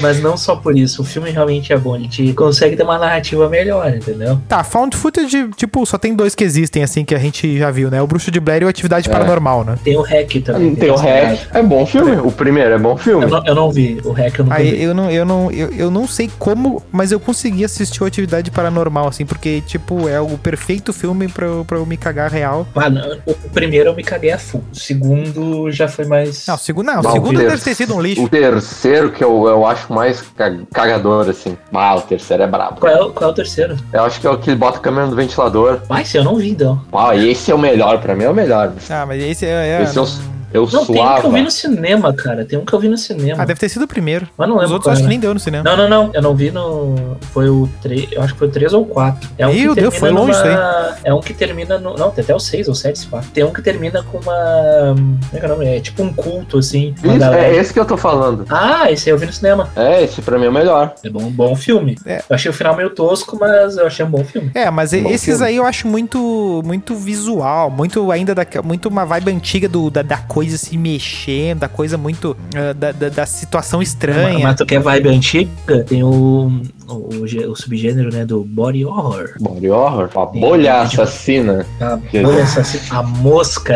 Speaker 1: Mas não só por isso, o filme realmente é bom, ele te consegue ter uma narrativa melhor, entendeu?
Speaker 2: Tá, found footage, tipo, só tem dois que existem, assim, que a gente já viu, né? O Bruxo de Blair e o Atividade
Speaker 1: É.
Speaker 2: Paranormal, né?
Speaker 1: Tem o Hack também.
Speaker 4: Tem o
Speaker 1: essa parada.
Speaker 4: Hack. É bom filme. O primeiro é bom filme.
Speaker 1: Eu não, eu não vi, o Hack eu não vi.
Speaker 2: Aí eu não, eu, não, eu, eu não sei como, mas eu consegui assistir o Atividade Paranormal, assim, porque, tipo, é o perfeito filme pra, eu- pra eu me cagar real.
Speaker 1: Mano, Ah, o primeiro eu me caguei a full. O segundo já foi mais.
Speaker 2: Não, o segundo, não, o
Speaker 4: Não,
Speaker 2: segundo
Speaker 4: ter-
Speaker 2: deve ter sido um lixo.
Speaker 4: O terceiro que eu, eu acho mais ca- cagador, assim. Ah, o terceiro é brabo.
Speaker 1: Qual é, o, qual é o terceiro?
Speaker 4: Eu acho que é o que bota a câmera no ventilador.
Speaker 1: Ah, esse eu não vi, então.
Speaker 4: Ah, esse é o melhor, pra mim é o melhor.
Speaker 2: Ah, mas esse é. é-
Speaker 4: Esse eu, eu
Speaker 1: Não, tem um que
Speaker 4: suava.
Speaker 1: eu vi no cinema, cara. Tem um que eu vi no cinema.
Speaker 2: Ah, deve ter sido o primeiro.
Speaker 1: Mas não
Speaker 2: Os
Speaker 1: lembro
Speaker 2: outros
Speaker 1: qual é.
Speaker 2: acho que
Speaker 1: era.
Speaker 2: nem deu no cinema.
Speaker 1: Não, não, não. Eu não vi no. Foi o 3. Eu acho que foi o 3 ou 4. É um
Speaker 2: Meu
Speaker 1: que
Speaker 2: Deus,
Speaker 1: termina
Speaker 2: foi longe isso
Speaker 1: numa- É um que termina no. Não, tem até o 6 ou 7, se pá. Tem um que termina com uma. Como é que é o nome? É tipo um culto, assim. uma
Speaker 4: Isso,
Speaker 1: galera.
Speaker 4: é esse que eu tô falando.
Speaker 1: Ah, esse aí eu vi no cinema.
Speaker 4: É, esse pra mim é o melhor.
Speaker 1: É bom, bom filme.
Speaker 2: É.
Speaker 1: Eu achei o final meio tosco, mas eu achei um bom filme.
Speaker 2: É, mas e-
Speaker 4: Bom
Speaker 2: esses
Speaker 4: filme.
Speaker 2: aí eu acho muito muito visual, muito ainda da, muito uma vibe antiga do, da, da coisa se mexendo, da coisa muito ah, da, da, da situação
Speaker 1: Mas,
Speaker 2: estranha.
Speaker 1: mas tu quer vibe antiga? Tem o, o, gê- o subgênero, né, do body horror.
Speaker 4: Body horror. Uma
Speaker 1: Sim,
Speaker 4: bolha
Speaker 1: tipo-
Speaker 4: assassina.
Speaker 1: A,
Speaker 4: Que-
Speaker 1: bolha assassina- assim, a mosca.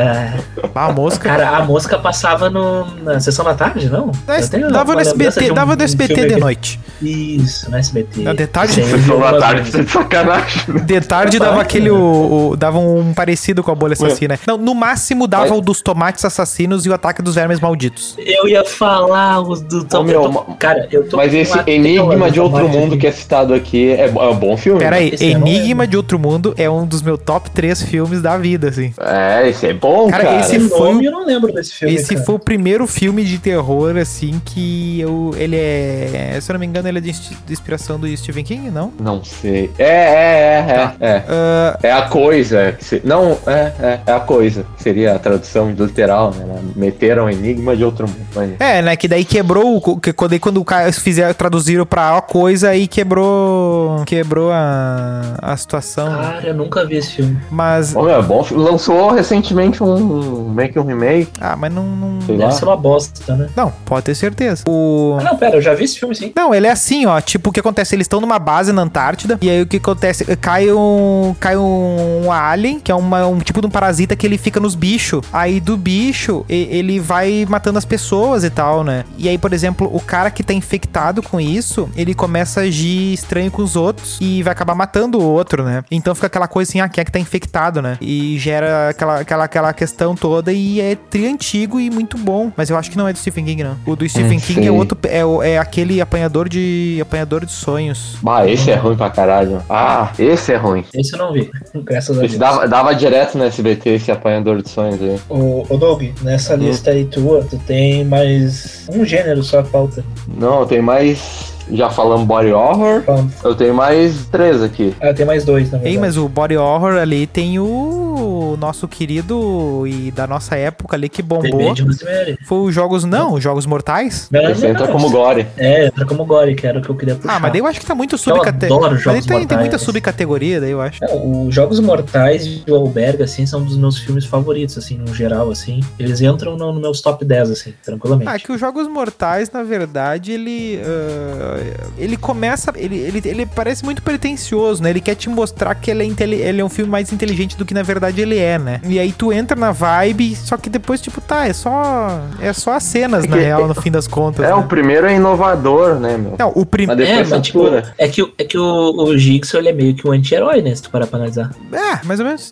Speaker 2: Ah, a mosca.
Speaker 1: Cara, a mosca passava no, na sessão da tarde, não? Eu tenho
Speaker 2: dava no
Speaker 1: uma lembrança
Speaker 2: SBT,
Speaker 1: de um-
Speaker 2: dava no
Speaker 1: um
Speaker 2: SBT
Speaker 1: filme
Speaker 2: de
Speaker 1: que-
Speaker 2: noite.
Speaker 1: Isso, no SBT.
Speaker 2: Não, de tarde? tá
Speaker 1: Sempre
Speaker 4: Sessão da
Speaker 1: uma
Speaker 4: tarde,
Speaker 1: coisa.
Speaker 4: de sacanagem.
Speaker 2: De tarde dava aquele. O, o- dava um parecido com a bolha assassina. Não, no máximo dava
Speaker 4: Mas-
Speaker 2: o dos tomates assassinos e o ataque dos vermes malditos.
Speaker 1: Eu ia falar os do
Speaker 4: Ô,
Speaker 1: eu
Speaker 4: meu,
Speaker 1: tô-
Speaker 4: ma-
Speaker 1: Cara, eu tô.
Speaker 4: Mas
Speaker 1: com
Speaker 4: esse
Speaker 1: uma teoria
Speaker 4: Enigma de
Speaker 1: da
Speaker 4: Outro
Speaker 1: morte
Speaker 4: Mundo
Speaker 1: aqui.
Speaker 4: que é citado aqui é, é um bom filme.
Speaker 2: Pera aí,
Speaker 1: Esse é eu não
Speaker 2: Enigma
Speaker 1: lembro.
Speaker 2: de Outro Mundo é um dos meus top 3 filmes da vida, assim.
Speaker 4: É, esse é bom,
Speaker 2: Cara,
Speaker 4: cara.
Speaker 2: esse
Speaker 1: Esse
Speaker 2: foi-
Speaker 1: nome eu não lembro desse filme.
Speaker 2: Esse
Speaker 1: cara.
Speaker 2: foi o primeiro filme de terror, assim, que eu. Ele é. Se eu não me engano, ele é de insti- de inspiração do Stephen King, não?
Speaker 4: Não sei. É,
Speaker 1: Tá.
Speaker 4: é, é, é. É,
Speaker 2: Ah,
Speaker 4: É a coisa. que se- Não, é, é, é a coisa. Seria a tradução literal, né? Meteram Enigma de Outro Mundo. Mas...
Speaker 2: é, né? Que daí quebrou. o co- Que, quando- quando o cara fizer, traduziram pra a coisa, aí quebrou. Quebrou a, a situação. né?
Speaker 1: Cara, eu nunca vi esse filme.
Speaker 2: Mas.
Speaker 4: Ô, meu, é bom. fi- Lançou recentemente um. um- meio que um remake,
Speaker 2: Ah, mas não. Não,
Speaker 4: sei lá.
Speaker 1: Deve ser uma bosta, né?
Speaker 2: não, pode ter certeza. O.
Speaker 1: Ah, não, pera, eu já vi esse filme sim.
Speaker 2: Não, ele é assim, ó. Tipo, o que acontece? Eles estão numa base na Antártida. E aí o que acontece? Cai um. Cai um alien, que é uma- um tipo de um parasita que ele fica nos bichos. Aí do bicho, e- ele vai matando as pessoas e tal, né? E aí, por exemplo, o cara que tá infectado com isso, ele começa a agir estranho com os outros e vai acabar matando o outro, né? Então fica aquela coisa assim, ah, quem é que tá infectado, né? E gera aquela, aquela, aquela questão toda e é tri antigo e muito bom. Mas eu acho que não é do Stephen King, não. O do Stephen King
Speaker 4: sei.
Speaker 2: é outro é, o- é aquele apanhador de apanhador de sonhos.
Speaker 1: um-
Speaker 4: Bah, esse é ruim pra caralho. Ah, esse é ruim.
Speaker 1: Esse eu não vi. Graças a Deus.
Speaker 4: Esse dava, dava direto no SBT esse apanhador de sonhos aí.
Speaker 1: Ô, ô Doug, nessa
Speaker 4: Hum.
Speaker 1: lista aí tua, tu tem mais um gênero só que falta.
Speaker 4: Não, tem mais. Já falamos body horror.
Speaker 1: Pronto.
Speaker 4: Eu tenho mais três aqui.
Speaker 1: Ah, tem mais dois, na
Speaker 2: Ei,
Speaker 1: verdade.
Speaker 2: mas o body horror ali tem o nosso querido e da nossa época ali que bombou.
Speaker 1: Bebê de Rosemary.
Speaker 2: Foi os jogos não, os jogos mortais.
Speaker 1: Não,
Speaker 4: Esse
Speaker 1: não,
Speaker 4: entra
Speaker 1: não,
Speaker 4: como
Speaker 1: isso-
Speaker 4: gore.
Speaker 1: É, entra como gore, que era o que eu queria puxar.
Speaker 2: Ah, mas daí eu acho que tá muito
Speaker 1: Eu
Speaker 2: subcategoria.
Speaker 1: adoro
Speaker 2: Mas daí
Speaker 1: jogos
Speaker 2: tem, tem muita
Speaker 1: mortais.
Speaker 2: subcategoria, daí eu acho.
Speaker 1: Não, os É, Jogos Mortais do Alberga, assim, são dos meus filmes favoritos, assim, no geral, assim. Eles entram no, no meus top 10, assim, tranquilamente.
Speaker 2: Ah, que os Jogos Mortais, na verdade, ele. ah, ele começa. Ele, ele, ele parece muito pretencioso, né? Ele quer te mostrar que ele é, inteli- ele é um filme mais inteligente do que na verdade ele é, né? E aí tu entra na vibe, só que depois, tipo, tá, é só. É só as cenas,
Speaker 4: É
Speaker 2: na
Speaker 4: que-
Speaker 2: real, no fim das contas.
Speaker 4: É,
Speaker 2: né?
Speaker 4: o primeiro é inovador, né, meu?
Speaker 2: Não, o primeiro.
Speaker 4: Mas depois
Speaker 1: é, mas, tipo,
Speaker 4: satura.
Speaker 1: é que, o- é que o, o Jigsaw, ele é meio que um anti-herói, né, se tu parar pra analisar.
Speaker 2: É, mais ou menos.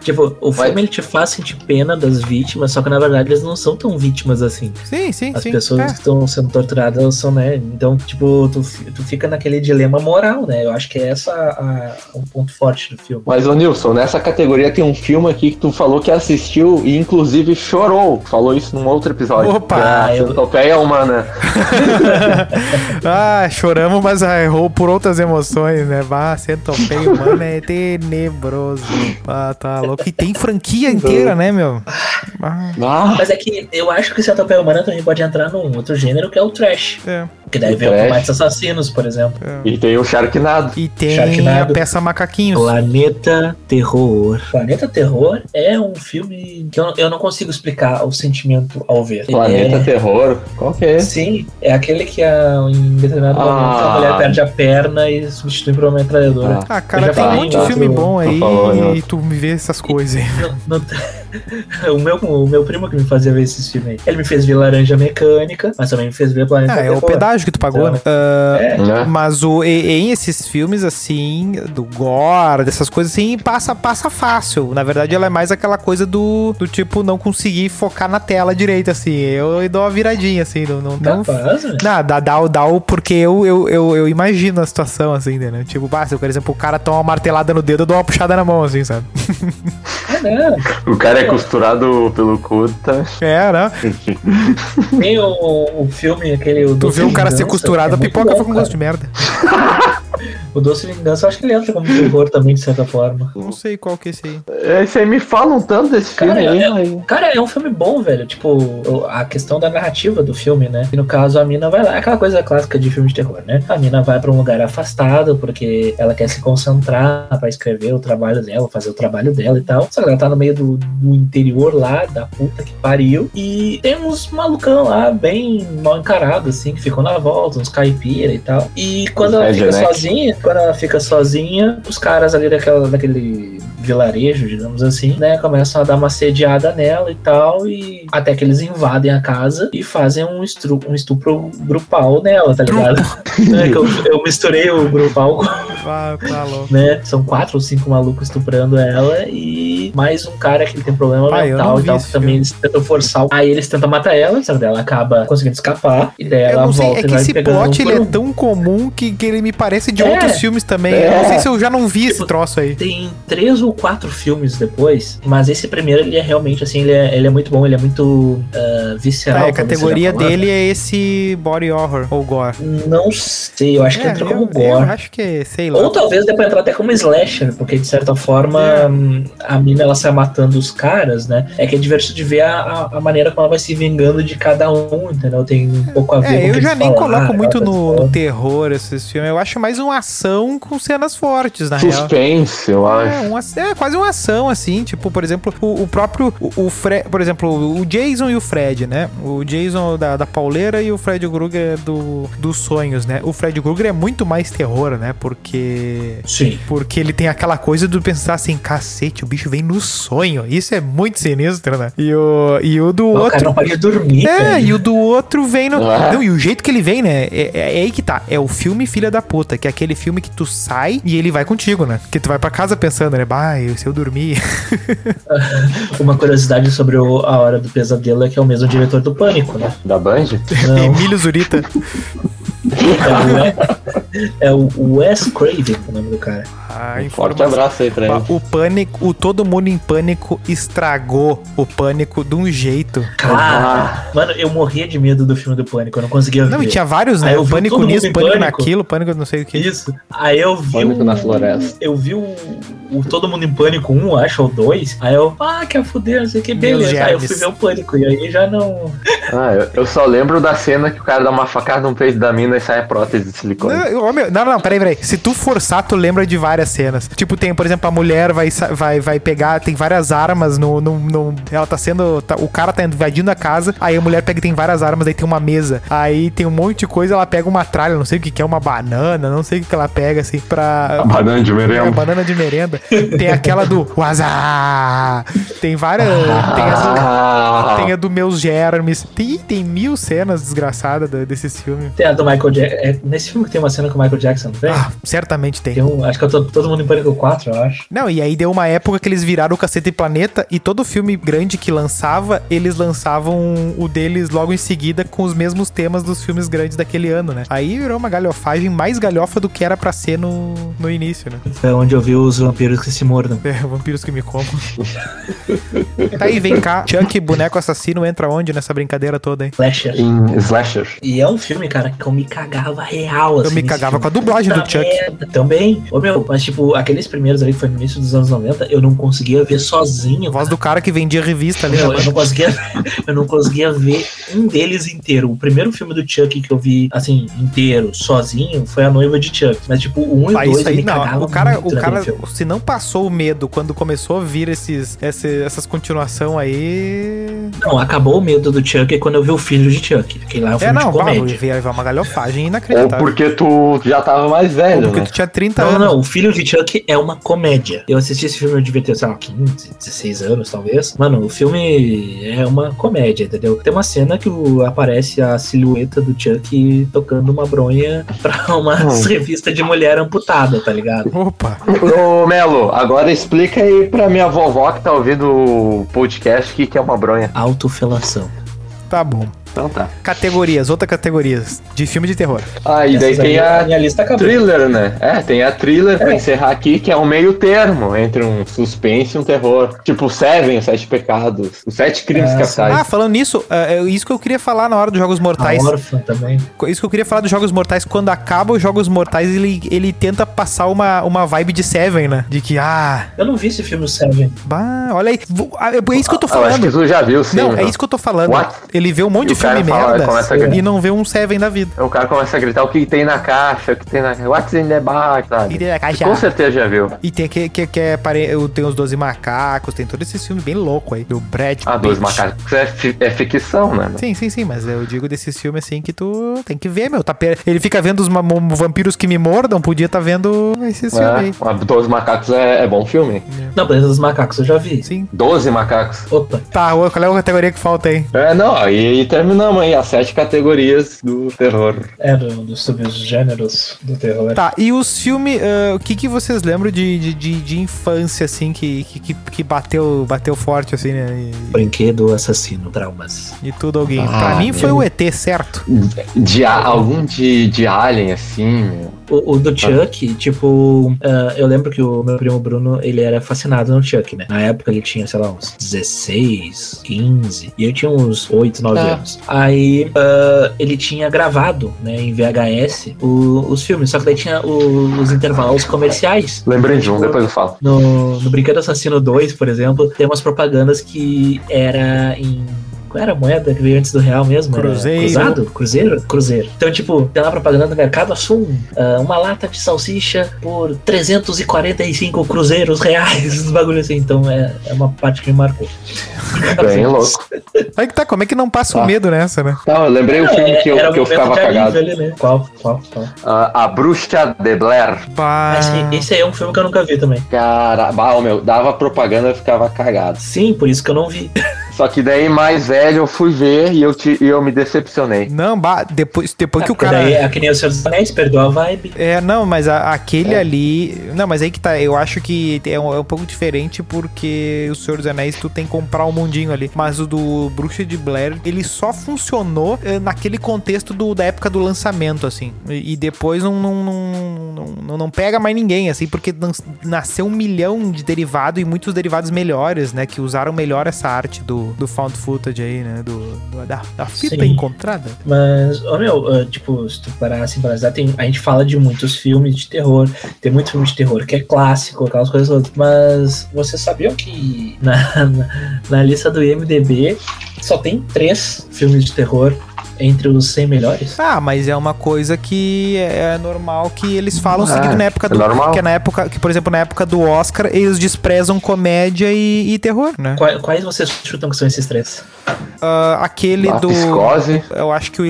Speaker 1: Tipo, o
Speaker 4: Vai.
Speaker 1: filme, ele te faz sentir pena das vítimas, só que, na verdade, eles não são tão vítimas assim.
Speaker 2: Sim, sim,
Speaker 1: As
Speaker 2: sim.
Speaker 1: pessoas
Speaker 2: é.
Speaker 1: que estão sendo torturadas elas são, né? Então, tipo, tu, fi- tu fica naquele dilema moral, né? Eu acho que é essa a, um ponto forte do filme.
Speaker 4: Mas, ô Nilson, nessa categoria tem um filme aqui que tu falou que assistiu e inclusive chorou. Falou isso num outro episódio. é
Speaker 2: Opa!
Speaker 4: Da
Speaker 1: Ah, eu-
Speaker 4: Centopeia Humana.
Speaker 2: Ah, choramos, mas errou por outras emoções, né? Bah, centopeio, mano, é tenebroso. Ah, tá louco. E tem franquia inteira, né, meu? Ah,
Speaker 4: Ah,
Speaker 1: Mas é que eu acho que Centopeia Humana também pode entrar num outro gênero que é o trash.
Speaker 2: é,
Speaker 1: Que daí
Speaker 4: O
Speaker 1: vem o
Speaker 4: trash.
Speaker 1: Combates Assassinos, por exemplo.
Speaker 2: é.
Speaker 4: e tem o Sharknado.
Speaker 2: E tem
Speaker 1: Sharknado.
Speaker 2: a peça Macaquinhos.
Speaker 1: Planeta Terror. Planeta Terror é um filme que eu, eu não consigo explicar o sentimento ao ver.
Speaker 4: Planeta
Speaker 1: é...
Speaker 4: Terror. Qual que é esse?
Speaker 1: Sim, é aquele que a, em determinado
Speaker 4: Ah.
Speaker 1: momento a mulher perde a perna e substitui por uma metralhadora.
Speaker 4: Ah.
Speaker 2: Ah,
Speaker 1: Eu
Speaker 2: cara,
Speaker 1: já
Speaker 2: tem um
Speaker 1: falei,
Speaker 2: monte de
Speaker 1: tá?
Speaker 2: filme
Speaker 1: Tu-
Speaker 2: bom
Speaker 4: tu
Speaker 2: aí
Speaker 4: falou, né?
Speaker 2: e tu me vê essas coisas aí.
Speaker 1: Não- não- o, meu, o meu primo que me fazia ver esses filmes aí. Ele me fez ver Laranja Mecânica, mas também me fez ver Planeta
Speaker 2: Ah, é o
Speaker 1: Terror.
Speaker 2: pedágio que tu pagou,
Speaker 1: Então,
Speaker 2: né? Ah,
Speaker 4: Né?
Speaker 2: Mas o, e- em esses filmes, assim, do gore, dessas coisas assim, passa, passa fácil. Na verdade, ela é mais aquela coisa do, do tipo não conseguir focar na tela direito, assim. Eu dou uma viradinha, assim, não. não, não
Speaker 1: Capaz, né?
Speaker 2: não, dá, dá, o- dá o porque eu, eu, eu, eu imagino a situação, assim, né? Tipo, bah, se, por exemplo, o cara toma uma martelada no dedo, eu dou uma puxada na mão, assim, sabe?
Speaker 1: Ah, não.
Speaker 4: O cara é costurado pelo cu, tá?
Speaker 2: É, né?
Speaker 1: Tem o, o filme, aquele. O
Speaker 2: Tu
Speaker 1: Doce
Speaker 2: vê o cara ser
Speaker 1: Vingança,
Speaker 2: costurado, a
Speaker 1: que é muito
Speaker 2: pipoca
Speaker 1: bom,
Speaker 2: fica com
Speaker 1: cara.
Speaker 2: gosto de merda.
Speaker 1: O Doce Vingança, eu acho que ele entra como terror também, de certa forma.
Speaker 2: Não sei qual que é esse aí.
Speaker 4: Esse aí me falam tanto desse
Speaker 1: Cara,
Speaker 4: filme aí,
Speaker 1: é-
Speaker 4: mas-
Speaker 1: Cara, é um filme bom, velho. Tipo, o- a questão da narrativa do filme, né? E no caso, a mina vai lá, é aquela coisa clássica de filme de terror, né? A mina vai pra um lugar afastado porque ela quer se concentrar pra escrever o trabalho dela, fazer o trabalho dela e tal. Só que ela tá no meio do, do interior lá, da puta que pariu. E tem uns malucão lá, bem mal encarado, assim, que ficou na volta, uns caipira e tal. E quando ela
Speaker 4: É,
Speaker 1: fica
Speaker 4: Jeanette.
Speaker 1: sozinha, quando ela fica sozinha, os caras ali daquela, daquele vilarejo, digamos assim, né? Começam a dar uma sediada nela e tal, e até que eles invadem a casa e fazem um, estru... um estupro grupal nela, tá ligado? Né, que eu, eu misturei o grupal com
Speaker 2: Ah, tá louco.
Speaker 1: né? São quatro ou cinco malucos estuprando ela e mais um cara que ele tem problema
Speaker 2: Ah, eu não
Speaker 1: mental e
Speaker 2: vi
Speaker 1: tal,
Speaker 2: esse
Speaker 1: que também
Speaker 2: filme.
Speaker 1: eles tentam forçar. o- Aí eles tentam matar ela, sabe? Daí Ela acaba conseguindo escapar e daí
Speaker 2: Eu
Speaker 1: ela
Speaker 2: não sei,
Speaker 1: volta
Speaker 2: é
Speaker 1: e
Speaker 2: que
Speaker 1: vai
Speaker 2: esse
Speaker 1: pegando
Speaker 2: plot
Speaker 1: um
Speaker 2: ele
Speaker 1: por
Speaker 2: é
Speaker 1: um.
Speaker 2: tão comum que, que ele me parece de
Speaker 1: É. Tipo,
Speaker 2: outros filmes também. Eu não sei se eu já não vi esse troço aí. Tá,
Speaker 1: Tem três ou quatro filmes depois, mas esse primeiro ele é realmente assim, ele é, ele é muito bom, ele é muito ah, visceral.
Speaker 2: Tá, a
Speaker 1: como você já
Speaker 2: categoria
Speaker 1: falou.
Speaker 2: dele é esse body horror ou gore.
Speaker 1: Não sei, eu acho que
Speaker 2: É,
Speaker 1: entra
Speaker 2: eu-
Speaker 1: como
Speaker 2: Eu
Speaker 1: gore.
Speaker 2: acho que, é, sei lá.
Speaker 1: Ou talvez dê pra entrar até como slasher, porque de certa forma
Speaker 2: É.
Speaker 1: hum, a mina ela sai matando os caras, né? É que é diverso de ver a, a- a maneira como ela vai se vingando de cada um, entendeu? Tem um pouco a ver com o
Speaker 2: É,
Speaker 1: que
Speaker 2: eu já
Speaker 1: eles falaram,
Speaker 2: nem
Speaker 1: ah, tá
Speaker 2: coloco muito
Speaker 1: aquela
Speaker 2: no,
Speaker 1: coisa.
Speaker 2: no terror esses filmes. Eu acho mais uma ação com cenas fortes, na real.
Speaker 4: Suspense, eu acho.
Speaker 2: É, uma- é, quase uma ação, assim, tipo, por exemplo, o, o próprio, o, Fred, por exemplo, o Jason e o Fred, né? O Jason da, da pauleira e o Fred Krueger do, dos sonhos, né? O Fred Krueger é muito mais terror, né? Porque...
Speaker 1: Sim.
Speaker 2: Porque ele tem aquela coisa do pensar assim, cacete, o bicho vem no sonho. Isso é muito sinistro, né? E o, e o do
Speaker 1: O
Speaker 2: outro...
Speaker 1: cara não pode dormir.
Speaker 2: É,
Speaker 1: cara.
Speaker 2: e o do outro vem no.
Speaker 4: Ah.
Speaker 2: Não, e o jeito que ele vem, né? É, é- é aí que tá. É o filme Filha da Puta, que é aquele filme que tu sai e ele vai contigo, né? Que tu vai pra casa pensando, né? Bah, eu- se eu dormir.
Speaker 1: Uma curiosidade sobre o- a hora do pesadelo é que é o mesmo diretor do Pânico, né?
Speaker 4: Da Band?
Speaker 1: Não.
Speaker 2: Emílio Zurita.
Speaker 1: É o, é o Wes Craven, o nome do cara.
Speaker 2: Ah,
Speaker 1: Um
Speaker 4: Forte
Speaker 2: informação. é,
Speaker 4: abraço aí pra ele.
Speaker 2: O pânico, o todo mundo em pânico estragou o pânico de um jeito.
Speaker 1: Cara, mano, eu morria de medo do filme do Pânico, eu não conseguia ver.
Speaker 2: Não, e tinha vários, né?
Speaker 1: Aí eu vi
Speaker 2: pânico
Speaker 1: todo mundo
Speaker 2: nisso,
Speaker 1: em
Speaker 2: pânico,
Speaker 1: pânico.
Speaker 2: naquilo, pânico não sei o que.
Speaker 1: Isso. Aí eu vi.
Speaker 4: Pânico
Speaker 1: o-
Speaker 4: na floresta.
Speaker 1: Eu vi o, o Todo Mundo em Pânico 1, acho, ou 2. Aí eu, ah, que a fuder, não sei o que,
Speaker 2: Meus
Speaker 1: beleza. Aí eu fui
Speaker 2: germes.
Speaker 1: ver o Pânico. E aí já não.
Speaker 4: Ah, eu, eu só lembro da cena que o cara dá uma facada no peito da mina e sai a prótese de silicone.
Speaker 2: Não, eu- ô, meu, não, não, peraí, peraí. Se tu forçar, tu lembra de várias cenas. Tipo, tem, por exemplo, a mulher vai, sa- vai, vai pegar, tem várias armas no, no, no- Ela tá sendo. tá- o cara tá invadindo a casa, aí a mulher pega e tem várias armas, aí tem uma mesa. Aí tem um monte de coisa, ela pega uma tralha, não sei o que, que é, uma banana, não sei o que, que ela pega, assim, pra.
Speaker 4: banana de
Speaker 2: É, banana de merenda. Tem aquela do Wazá. Tem várias. Tem as do,
Speaker 4: Ah,
Speaker 2: tem a do Meus Germes. Tem, tem mil cenas desgraçadas do- desses filmes.
Speaker 1: Tem a do Michael Jackson. É, nesse filme que tem uma cena com o Michael Jackson, não tem?
Speaker 2: Ah, certamente tem.
Speaker 1: Tem um, acho que é o to- Todo Mundo em Pânico 4, eu acho.
Speaker 2: Não, e aí deu uma época que eles viraram o Cacete e Planeta e todo filme grande que lançava, eles lançavam o deles logo em seguida com os mesmos temas dos filmes grandes daquele ano, né? Aí virou uma galhofagem mais galhofa do que era pra ser no, no início, né?
Speaker 1: Foi onde eu vi os vampiros que se mordam.
Speaker 2: É, vampiros que me comam. tá aí, vem cá. Chuck, boneco assassino, entra onde nessa brincadeira toda, hein?
Speaker 1: Flasher.
Speaker 4: Em slasher.
Speaker 1: E é um filme, cara, que eu me cagava real,
Speaker 2: Eu
Speaker 1: assim.
Speaker 2: me
Speaker 1: nesse
Speaker 2: cagava
Speaker 1: filme.
Speaker 2: com a dublagem
Speaker 1: Puta
Speaker 2: do Chuck.
Speaker 1: merda, Também. Ô, meu, mas, tipo, aqueles primeiros ali que foi no início dos anos 90, eu não conseguia ver sozinho.
Speaker 2: A voz do cara que vendia revista ali.
Speaker 1: Meu,
Speaker 2: né?
Speaker 1: eu não conseguia, eu não conseguia ver um deles inteiro. O primeiro filme do Chuck que eu vi, assim, inteiro, sozinho, foi A Noiva de Chuck. Mas, tipo, um e
Speaker 2: Ah,
Speaker 1: dois um,
Speaker 2: isso aí
Speaker 1: me
Speaker 2: não.
Speaker 1: cagava
Speaker 2: O cara,
Speaker 1: muito
Speaker 2: o cara
Speaker 1: naquele filme.
Speaker 2: se não passou o medo quando começou a vir esses, esse- essas continuação aí.
Speaker 1: Não, acabou o medo do Chuck quando eu vi o filho de Chuck. Aquele lá é um
Speaker 2: é,
Speaker 1: filme
Speaker 2: não,
Speaker 1: de
Speaker 2: bah,
Speaker 1: comédia.
Speaker 2: vai vai uma galhofagem
Speaker 4: Ou
Speaker 2: inacreditável.
Speaker 4: porque tu já tava mais
Speaker 2: tá. Ou
Speaker 4: velho,
Speaker 2: porque
Speaker 4: né?
Speaker 2: tu tinha 30
Speaker 1: Não,
Speaker 2: anos.
Speaker 1: não, o Filho de Chuck é uma comédia. Eu assisti esse filme, eu devia ter, sei lá, 15, 16 anos, talvez. Mano, o filme é uma comédia, entendeu? Tem uma cena que o- aparece a silhueta do Chuck tocando uma bronha pra uma
Speaker 4: Hum.
Speaker 1: revista de mulher amputada, tá ligado?
Speaker 2: Opa,
Speaker 4: Ô, Melo, agora explica aí pra minha vovó que tá ouvindo o podcast o que, que é uma bronha.
Speaker 1: Autofelação.
Speaker 2: tá bom.
Speaker 4: Então tá.
Speaker 2: Categorias, outra categorias. De filme de terror.
Speaker 4: Ah, e daí
Speaker 1: Essas
Speaker 4: tem
Speaker 1: aí, é
Speaker 4: a
Speaker 1: minha lista acabou.
Speaker 4: thriller, né? É, tem a thriller pra encerrar aqui, que é um meio termo entre um suspense e um terror. Tipo Seven, os Sete Pecados, os Sete Crimes
Speaker 1: É,
Speaker 4: Capitais.
Speaker 2: Ah, falando nisso, é é isso que eu queria falar na hora dos Jogos
Speaker 1: A
Speaker 2: Mortais.
Speaker 1: órfã também.
Speaker 2: Isso que eu queria falar dos Jogos Mortais, quando acaba os Jogos Mortais, ele, ele tenta passar uma, uma vibe de Seven, né? De que, ah,
Speaker 1: Eu não vi esse filme, o Seven.
Speaker 2: bah, olha aí. Vo- ah, É isso que eu tô
Speaker 4: Ah, eu acho
Speaker 2: falando.
Speaker 4: que tu já viu, sim.
Speaker 2: Não,
Speaker 4: né?
Speaker 2: é isso que eu tô falando.
Speaker 4: What?
Speaker 2: Ele vê um monte
Speaker 4: E
Speaker 2: de
Speaker 4: o
Speaker 2: filme
Speaker 4: cara fala-
Speaker 2: merda
Speaker 4: começa a gritar.
Speaker 2: e não vê um Seven da vida.
Speaker 4: O cara começa a gritar o que tem na caixa, o que tem na What's in the box, sabe?
Speaker 2: E tem é a caixa.
Speaker 4: Com certeza já viu.
Speaker 2: E tem que, que, que é pare... eu- tem os Doze Macacos, tem todo esse filme bem louco aí. Do Brad
Speaker 4: Ah, dois
Speaker 2: Pitt.
Speaker 4: macacos. É, fi- é ficção, né?
Speaker 2: Sim, sim, sim, mas eu digo desses filmes assim que tu tem que ver, meu. Tá per... Ele fica vendo os ma- mo- vampiros que me mordam, podia tá vendo esses filmes
Speaker 4: É, Doze macacos é, é bom filme.
Speaker 1: Não, Planeta dos Macacos, eu já vi.
Speaker 2: aí. Sim.
Speaker 4: Doze macacos.
Speaker 1: Opa,
Speaker 2: Tá, ô, qual é a categoria que falta aí?
Speaker 4: É, não, aí terminamos aí as sete categorias do terror.
Speaker 1: é do, do, sobre os gêneros do terror.
Speaker 2: Tá, e os filmes, ah, o que que vocês lembram de, de, de, de infância, assim, que, que, que- que bateu, bateu forte, assim, né? E-
Speaker 1: Brinquedo, assassino, traumas.
Speaker 2: E, tudo alguém.
Speaker 4: Ah,
Speaker 2: pra mim foi
Speaker 4: meu.
Speaker 2: o ET, certo?
Speaker 4: De, a- algum de, de Alien, assim. meu.
Speaker 1: O, o do Chuck, tipo, ah, eu lembro que o meu primo Bruno, ele era fascinado no Chuck, né? Na época ele tinha, sei lá, uns 16, 15, e eu tinha uns 8, 9
Speaker 4: Ah.
Speaker 1: anos. Aí ah, ele tinha gravado, né, em VHS, o- os filmes, só que daí tinha o- os intervalos comerciais.
Speaker 4: Lembrei de um, depois eu falo.
Speaker 1: No, no Brinquedo Assassino 2, por exemplo, tem umas propagandas que era em. Qual era a moeda que veio antes do real mesmo? Era
Speaker 2: Cruzeiro.
Speaker 1: Cruzado? Cruzeiro? Cruzeiro. Então, tipo, tem lá propaganda no mercado Assum. ah, uma lata de salsicha por 345 cruzeiros reais. Uns bagulho assim. Então, é, é uma parte que me marcou.
Speaker 4: Bem louco.
Speaker 2: Aí que tá, como é que não passa o
Speaker 4: Ah.
Speaker 2: medo nessa, né?
Speaker 4: Não, eu lembrei o filme que
Speaker 1: Era
Speaker 4: eu,
Speaker 1: um
Speaker 4: que eu
Speaker 1: momento
Speaker 4: ficava
Speaker 1: de alívio
Speaker 4: cagado.
Speaker 1: ali, né? Qual? Qual? Qual?
Speaker 4: Ah, a Bruxa de Blair.
Speaker 2: Bah.
Speaker 1: Esse, esse aí é um filme que eu nunca vi também.
Speaker 4: Cara, bah, meu, dava propaganda eu ficava cagado.
Speaker 1: Sim, por isso que eu não vi.
Speaker 4: Só que daí, mais velho, eu fui ver e eu, te, e eu me decepcionei.
Speaker 2: Não, bah, depois, depois que o
Speaker 1: Porque
Speaker 2: cara...
Speaker 1: Daí, é que nem o Senhor dos Anéis, perdeu a vibe.
Speaker 2: É, não, mas a- aquele ali. Não, mas aí que tá. Eu acho que é um, é um pouco diferente porque o Senhor dos Anéis tu tem que comprar o mundinho ali. Mas o do Bruxa de Blair, ele só funcionou eh, naquele contexto do- da época do lançamento, assim. E, e depois não, não, não, não, não- não pega mais ninguém, assim, porque nan- nasceu um milhão de derivado e muitos derivados melhores, né? Que usaram melhor essa arte do, do Found Footage aí, né? Do, do- da, da fita
Speaker 1: Sim.
Speaker 2: encontrada.
Speaker 1: Mas, ô meu, ah, tipo, se tu parar assim pra analisar, tem, a gente fala de muitos filmes de terror, tem muito filme de terror que é clássico, aquelas coisas todas, mas vocês sabiam que na, na, na lista do IMDB só tem três filmes de terror entre os 100 melhores?
Speaker 2: Ah, mas é uma coisa que é é normal que eles falam
Speaker 4: É,
Speaker 2: seguido na época
Speaker 4: é
Speaker 2: do.
Speaker 4: normal.
Speaker 2: Que é na época, que, por exemplo, na época do Oscar, eles desprezam comédia e, e terror, né?
Speaker 1: Quais, quais vocês chutam que são esses três?
Speaker 2: Ah, aquele
Speaker 4: A
Speaker 2: do.
Speaker 4: psicose.
Speaker 2: Eu acho que o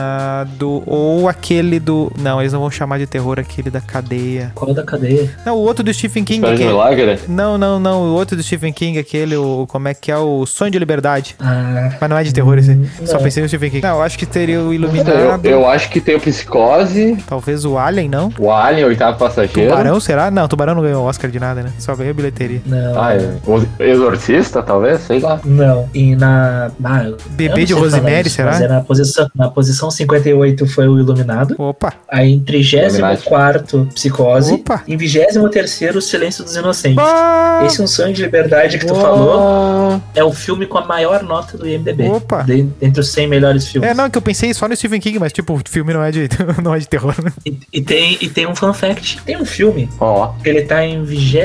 Speaker 2: Iluminado. Ou aquele do. Não, eles não vão chamar de terror aquele da cadeia.
Speaker 1: Qual da cadeia?
Speaker 2: Não, o outro do Stephen King.
Speaker 4: Espera de
Speaker 2: aquele.
Speaker 4: milagre?
Speaker 2: Não, não, não. O outro do Stephen King, aquele, o, como é que é? O Sonho de Liberdade.
Speaker 1: Ah,
Speaker 2: Mas não é de terror esse. Só
Speaker 1: não.
Speaker 2: pensei no Stephen King. Não, eu acho que teria o Iluminado.
Speaker 4: Então, Eu, eu acho que tem o Psicose,
Speaker 2: Talvez o Alien, não?
Speaker 4: o Alien, oitavo passageiro.
Speaker 2: Tubarão, será? Não, Tubarão não ganhou Oscar de nada, né? Só ganhou bilheteria.
Speaker 1: não.
Speaker 4: Ah, é. O Exorcista, talvez, sei lá.
Speaker 1: Não, e na. Ah, eu- eu
Speaker 2: Bebê
Speaker 1: não
Speaker 2: de
Speaker 1: sei falar
Speaker 2: Rosemary,
Speaker 1: isso,
Speaker 2: será?
Speaker 1: Mas é na posição, na posição 58 foi o Iluminado.
Speaker 2: Opa,
Speaker 1: Aí em 34 Psicose.
Speaker 2: Opa.
Speaker 1: Em 23 o Silêncio dos Inocentes.
Speaker 2: Pá!
Speaker 1: Esse é um sonho de liberdade que tu falou. É o filme com a maior nota do IMDB.
Speaker 2: Opa.
Speaker 1: De- entre os 100 melhores filmes.
Speaker 2: É, não, é que eu pensei só no Stephen King, mas tipo, o filme não é de, não é de terror. né?
Speaker 1: E, e tem, e tem um fun fact. Tem um filme
Speaker 4: Ó,
Speaker 1: que ele tá em 29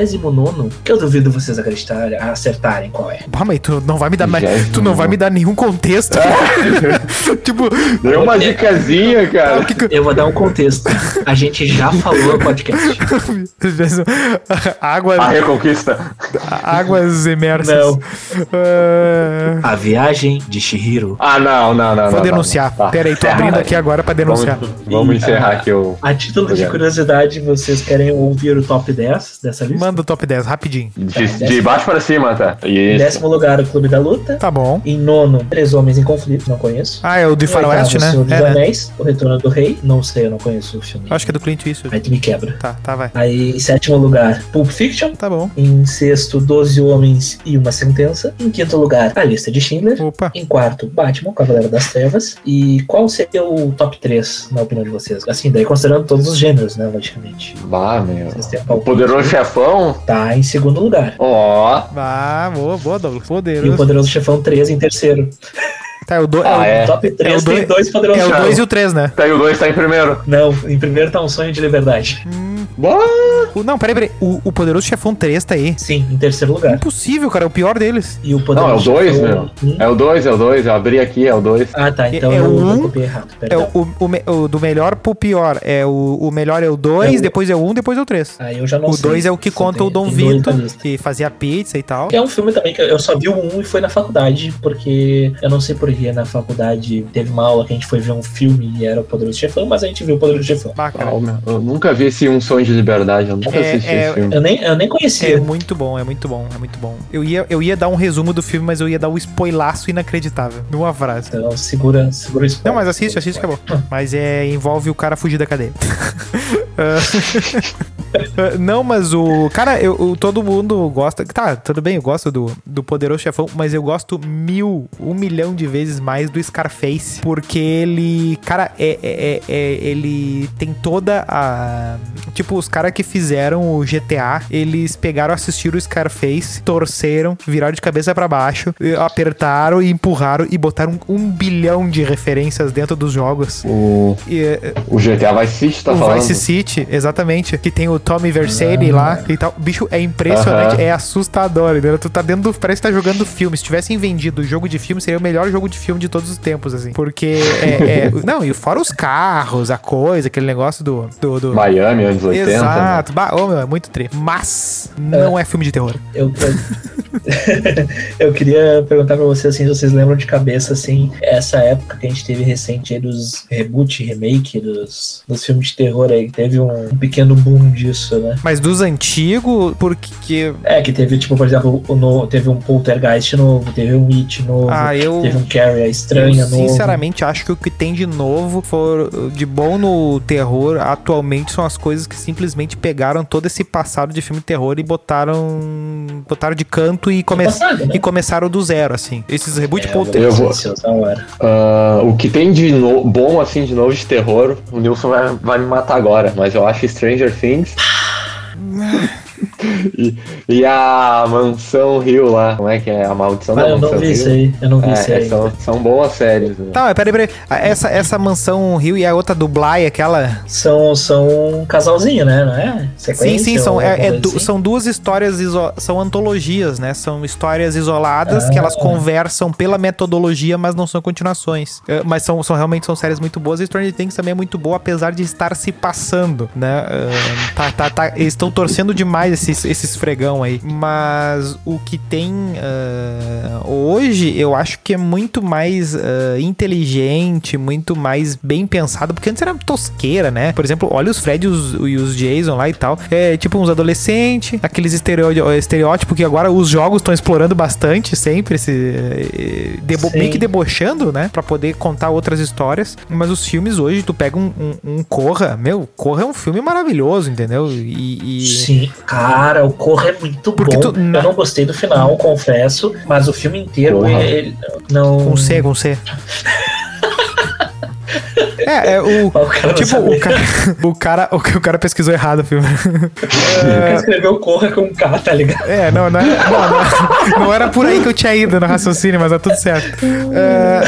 Speaker 1: que eu duvido vocês acreditarem, acertarem qual é.
Speaker 2: Bah, mas tu não vai me dar mais,
Speaker 4: Vigésimo.
Speaker 2: tu não vai me dar nenhum contexto. tipo,
Speaker 4: deu uma dicasinha,
Speaker 2: ah,
Speaker 4: cara.
Speaker 2: o que que-
Speaker 1: Eu vou dar um contexto. A gente já falou no podcast.
Speaker 2: águas,
Speaker 4: A Reconquista.
Speaker 2: águas emersas.
Speaker 1: Ah, é Não.
Speaker 2: Ah,
Speaker 1: A Viagem de Shihiro.
Speaker 4: Ah, não, não, não. não,
Speaker 2: vou
Speaker 4: não,
Speaker 2: denunciar.
Speaker 4: não. Tá.
Speaker 2: Pera aí, tô abrindo
Speaker 4: Encerra
Speaker 2: aqui
Speaker 4: aí.
Speaker 2: agora pra denunciar.
Speaker 4: Vamos, vamos encerrar aqui o.
Speaker 1: A título de
Speaker 4: Obrigado.
Speaker 1: curiosidade, vocês querem ouvir o top 10 dessa lista?
Speaker 2: Manda o top 10 rapidinho.
Speaker 4: De, de baixo pra cima, tá?
Speaker 1: Em
Speaker 4: Isso.
Speaker 1: décimo lugar, o Clube da Luta.
Speaker 2: Tá bom.
Speaker 1: Em nono, Três Homens em Conflito, não conheço.
Speaker 2: Ah, é o de
Speaker 1: Em
Speaker 2: Faroeste, né?
Speaker 1: oitavo, Senhor dos
Speaker 2: É, né?
Speaker 1: Anéis, O Retorno do Rei. Não sei, eu não conheço o filme.
Speaker 2: Acho que é do Clint Eastwood.
Speaker 1: Aí tu me quebra.
Speaker 2: Tá, tá, vai.
Speaker 1: Aí, em sétimo lugar, Pulp Fiction.
Speaker 2: Tá bom.
Speaker 1: Em sexto, Doze Homens e Uma Sentença. Em quinto lugar, A Lista de Schindler.
Speaker 2: Opa.
Speaker 1: Em quarto, Batman, Cavaleiro das Trevas. E qual seria o top 3, na opinião de vocês? Assim, daí considerando todos os gêneros, né, logicamente.
Speaker 4: Bah, meu.
Speaker 1: Vocês têm
Speaker 4: O
Speaker 1: palpite?
Speaker 4: poderoso chefão,
Speaker 1: Tá em segundo lugar.
Speaker 4: ó.
Speaker 2: Ah, boa, boa, Douglas.
Speaker 1: E o
Speaker 2: Poderoso.
Speaker 1: Poderoso Chefão 3 em terceiro.
Speaker 2: Tá, eu dou.
Speaker 4: Ah, é.
Speaker 1: Top 3
Speaker 2: É o
Speaker 1: tem
Speaker 2: dois-
Speaker 1: dois padrões
Speaker 2: É o
Speaker 1: de
Speaker 2: 2 e o 3, né?
Speaker 4: Tá, e o 2 tá em primeiro.
Speaker 1: Não, em primeiro tá um sonho de liberdade.
Speaker 2: Hum.
Speaker 4: Boa!
Speaker 2: O- não, peraí, peraí. O, o Poderoso Chefão 3 tá aí.
Speaker 1: Sim, em terceiro lugar.
Speaker 2: Impossível, cara. É o pior deles.
Speaker 1: E o
Speaker 4: Não, é o
Speaker 1: poderoso
Speaker 4: 2,
Speaker 1: chefão-
Speaker 4: meu.
Speaker 1: Hum?
Speaker 4: É o 2, é o 2. Eu abri aqui, é o 2.
Speaker 1: Ah, tá. Então
Speaker 2: É
Speaker 1: eu,
Speaker 2: o
Speaker 1: eu
Speaker 2: um,
Speaker 1: copiei errado.
Speaker 2: É o,
Speaker 1: Perdão.
Speaker 2: o, o me- o do melhor pro pior. É o, o melhor é o
Speaker 1: É
Speaker 2: 2,
Speaker 1: o-
Speaker 2: depois é o 1, um, depois é o 3.
Speaker 1: Aí Ah, eu já não
Speaker 2: O
Speaker 1: sei
Speaker 2: 2 é o que
Speaker 1: se
Speaker 2: conta
Speaker 1: tem-
Speaker 2: o Dom
Speaker 1: tem dois na
Speaker 2: Vito,
Speaker 1: lista.
Speaker 2: que fazia pizza e tal.
Speaker 1: É um filme também que eu só vi o um e foi na faculdade, porque eu não sei porquê na faculdade teve uma aula que a gente foi ver um filme e era o Poderoso Chefão, mas a gente viu o Poderoso Chefão.
Speaker 2: Bah, cara,
Speaker 4: Ah, meu, eu nunca vi esse Um Sonho de Liberdade, eu nunca
Speaker 2: É,
Speaker 4: assisti
Speaker 2: é,
Speaker 4: esse filme.
Speaker 1: Eu nem, eu nem
Speaker 2: É
Speaker 1: conhecia.
Speaker 2: muito bom, é muito bom, é muito bom. Eu ia, eu ia dar um resumo do filme, mas eu ia dar um spoilaço inacreditável numa frase.
Speaker 1: Então segura, segura o spoiler.
Speaker 2: Não, mas assiste, assiste, acabou.
Speaker 1: Ah.
Speaker 2: Mas é, envolve o cara fugir da cadeia. Ah, não, mas o. Cara, eu, eu- todo mundo gosta. Tá, tudo bem, eu gosto do, do Poderoso Chefão, mas eu gosto mil, um milhão de vezes mais do Scarface. Porque ele. Cara, é, é- é- é- ele tem toda a. Tipo, os caras que fizeram o GTA, eles pegaram, assistiram o Scarface, torceram, viraram de cabeça pra baixo, e apertaram e empurraram e botaram um bilhão de referências dentro dos jogos.
Speaker 4: O,
Speaker 2: E, é,
Speaker 4: o GTA Vice City tá
Speaker 2: o
Speaker 4: falando.
Speaker 2: Vice City, exatamente. Que tem o Tommy Vercelli lá e tal. Bicho, é impressionante,
Speaker 4: Ah. Aham.
Speaker 2: é assustador, entendeu? Tu tá dentro do. Parece que tá jogando filme. Se tivessem vendido o jogo de filme, seria o melhor jogo de filme de todos os tempos, assim. Porque. é- é- não, e fora os carros, a coisa, aquele negócio do. do, do-
Speaker 4: Miami, anos 80. né?
Speaker 2: Exato. Bah, ô, meu, é muito tri. Mas não é filme de terror.
Speaker 1: Eu, eu- eu queria perguntar pra vocês assim, se vocês lembram de cabeça assim, essa época que a gente teve recente aí dos reboot, remake dos, dos filmes de terror aí, que teve um, um pequeno boom disso, né?
Speaker 2: Mas dos antigos, porque.
Speaker 1: É, que teve, tipo, por exemplo, o no- teve um poltergeist novo, teve um It novo,
Speaker 4: Uhum.
Speaker 2: Ah, eu.
Speaker 1: teve um Carrie a Estranha
Speaker 2: Eu,
Speaker 1: novo.
Speaker 2: sinceramente, acho que o que tem de novo for de bom no terror atualmente são as coisas que simplesmente pegaram todo esse passado de filme de terror e botaram botaram de canto e, come-
Speaker 1: Passado, né?
Speaker 2: e começaram do zero, assim. Esses reboot
Speaker 1: É,
Speaker 2: ponte-
Speaker 4: eu vou-
Speaker 1: Ansioso na hora.
Speaker 4: Ah, o que tem de no- bom, assim, de novo de terror, o Nilson vai, vai me matar agora, mas eu acho Stranger Things. e, e a Mansão Rio lá, como é que é? A Maldição
Speaker 1: Ah,
Speaker 4: da
Speaker 1: eu não
Speaker 4: Mansão
Speaker 1: vi isso
Speaker 4: Rio.
Speaker 1: aí, eu não vi isso
Speaker 4: É,
Speaker 1: aí.
Speaker 4: são, são boas séries. né?
Speaker 2: Tá, mas peraí, peraí. Ah, Essa, essa mansão Rio e a outra do Bly, aquela.
Speaker 1: São, são um casalzinho, né? Não é?
Speaker 2: Sim,
Speaker 1: Sequência
Speaker 2: sim, são,
Speaker 1: ou
Speaker 2: é-
Speaker 1: alguma
Speaker 2: é
Speaker 1: coisa
Speaker 2: du-
Speaker 1: assim?
Speaker 2: são duas histórias, iso- são antologias, né? São histórias isoladas que
Speaker 1: Ah.
Speaker 2: elas conversam pela metodologia, mas não são continuações. É, mas são, são realmente são séries muito boas. E Stranger Things também é muito boa, apesar de estar se passando, né? É, tá, tá, tá, eles estão torcendo demais esses, esses fregão aí. Mas o que tem é, hoje, eu acho que é muito mais é, inteligente, muito mais bem pensado, porque antes era tosqueira, né? Por exemplo, olha os Fred e os, e os Jason lá e tal. É tipo uns adolescentes, aqueles estereo- estereótipos que agora os jogos estão explorando bastante sempre, esse, eh, debo-
Speaker 1: Sim.
Speaker 2: meio que debochando, né? Pra poder contar outras histórias. Mas os filmes hoje, tu pega um, um, um Corra, meu, Corra é um filme maravilhoso, entendeu? E. e-
Speaker 1: Sim, cara, o Corra é muito
Speaker 2: Porque
Speaker 1: bom.
Speaker 2: tu-
Speaker 1: Eu não gostei do final, confesso, mas o filme inteiro
Speaker 4: Porra.
Speaker 1: ele, ele não.
Speaker 2: Com C, com C. É, é o.
Speaker 1: Ah, O cara não
Speaker 2: Tipo,
Speaker 1: sabe.
Speaker 2: o cara, o, cara, o, cara- o cara pesquisou errado o filme.
Speaker 1: O cara escreveu Corra com K, tá ligado?
Speaker 2: É, não, não era, não, não- não era por aí que eu tinha ido no raciocínio, mas tá tudo certo. É,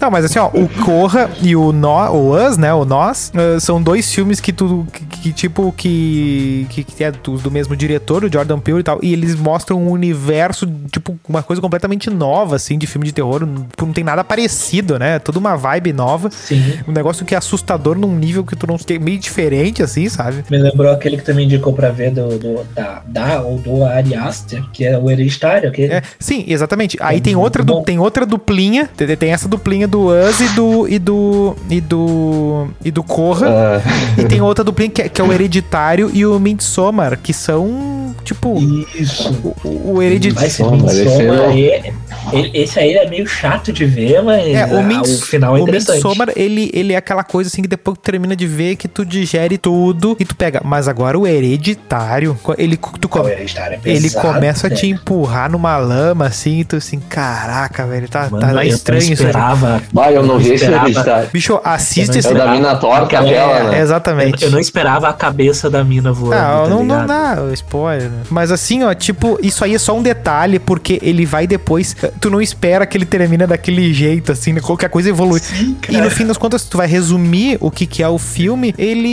Speaker 2: não, mas assim, ó, o Corra e o, nó, o Us, né, o Nós, eh, são dois filmes que tu, que, que tipo, que, que, que é do, do mesmo diretor, o Jordan Peele e tal, e eles mostram um universo, tipo, uma coisa completamente nova, assim, de filme de terror, não, não tem nada parecido, né, é toda uma vibe nova,
Speaker 1: Sim.
Speaker 2: um negócio que é assustador num nível que tu não tem, meio diferente, assim, sabe?
Speaker 1: Me lembrou aquele que também indicou pra ver do, do- da, da ou do Ari Aster, que é o Hereditário, aquele.
Speaker 2: É, sim, exatamente. Aí
Speaker 1: É
Speaker 2: tem outra,
Speaker 1: muito
Speaker 2: du-
Speaker 1: bom.
Speaker 2: tem outra duplinha. te- te- Tem essa duplinha do Us e do. e do. e do. e do Corra.
Speaker 4: Ah,
Speaker 2: E tem outra duplinha que é, que é o Hereditário e o Midsommar, que são. Tipo,
Speaker 1: Isso.
Speaker 2: o, o
Speaker 1: Vai
Speaker 2: Hereditário.
Speaker 1: ser
Speaker 4: Midsommar,
Speaker 1: Midsommar.
Speaker 4: esse é
Speaker 1: e- ele- Esse aí é meio chato de ver, mas
Speaker 2: É, o,
Speaker 1: ah,
Speaker 2: Mids,
Speaker 1: o final é
Speaker 2: o
Speaker 1: interessante.
Speaker 2: Midsommar, ele, ele é aquela coisa assim que depois que tu termina de ver, que tu digere tudo e tu pega. Mas agora o hereditário, ele, tu,
Speaker 1: O
Speaker 2: come,
Speaker 1: Hereditário é
Speaker 2: ele
Speaker 1: pesado,
Speaker 2: começa a
Speaker 1: né?
Speaker 2: te empurrar numa lama assim, e tu assim, caraca, velho, tá,
Speaker 1: Mano,
Speaker 2: tá lá
Speaker 1: eu não
Speaker 2: estranho isso aí.
Speaker 1: esperava.
Speaker 4: bah, eu não vi esse
Speaker 1: Esperava.
Speaker 4: hereditário.
Speaker 2: Bicho, assiste
Speaker 1: Eu
Speaker 4: É
Speaker 2: esse.
Speaker 4: o da mina torta,
Speaker 1: É,
Speaker 4: aquela,
Speaker 2: É,
Speaker 4: né?
Speaker 2: exatamente.
Speaker 1: Eu não esperava a cabeça da mina voando.
Speaker 2: Ah,
Speaker 1: tá
Speaker 2: não, não
Speaker 1: ligado?
Speaker 2: dá spoiler. caralho, né? Mas assim, ó, tipo, isso aí é só um detalhe, porque ele vai depois. Tu não espera que ele termina daquele jeito, assim, né? qualquer coisa evolui.
Speaker 1: Sim,
Speaker 2: E
Speaker 1: cara.
Speaker 2: no fim das contas, tu vai resumir o que, que é o filme. Ele.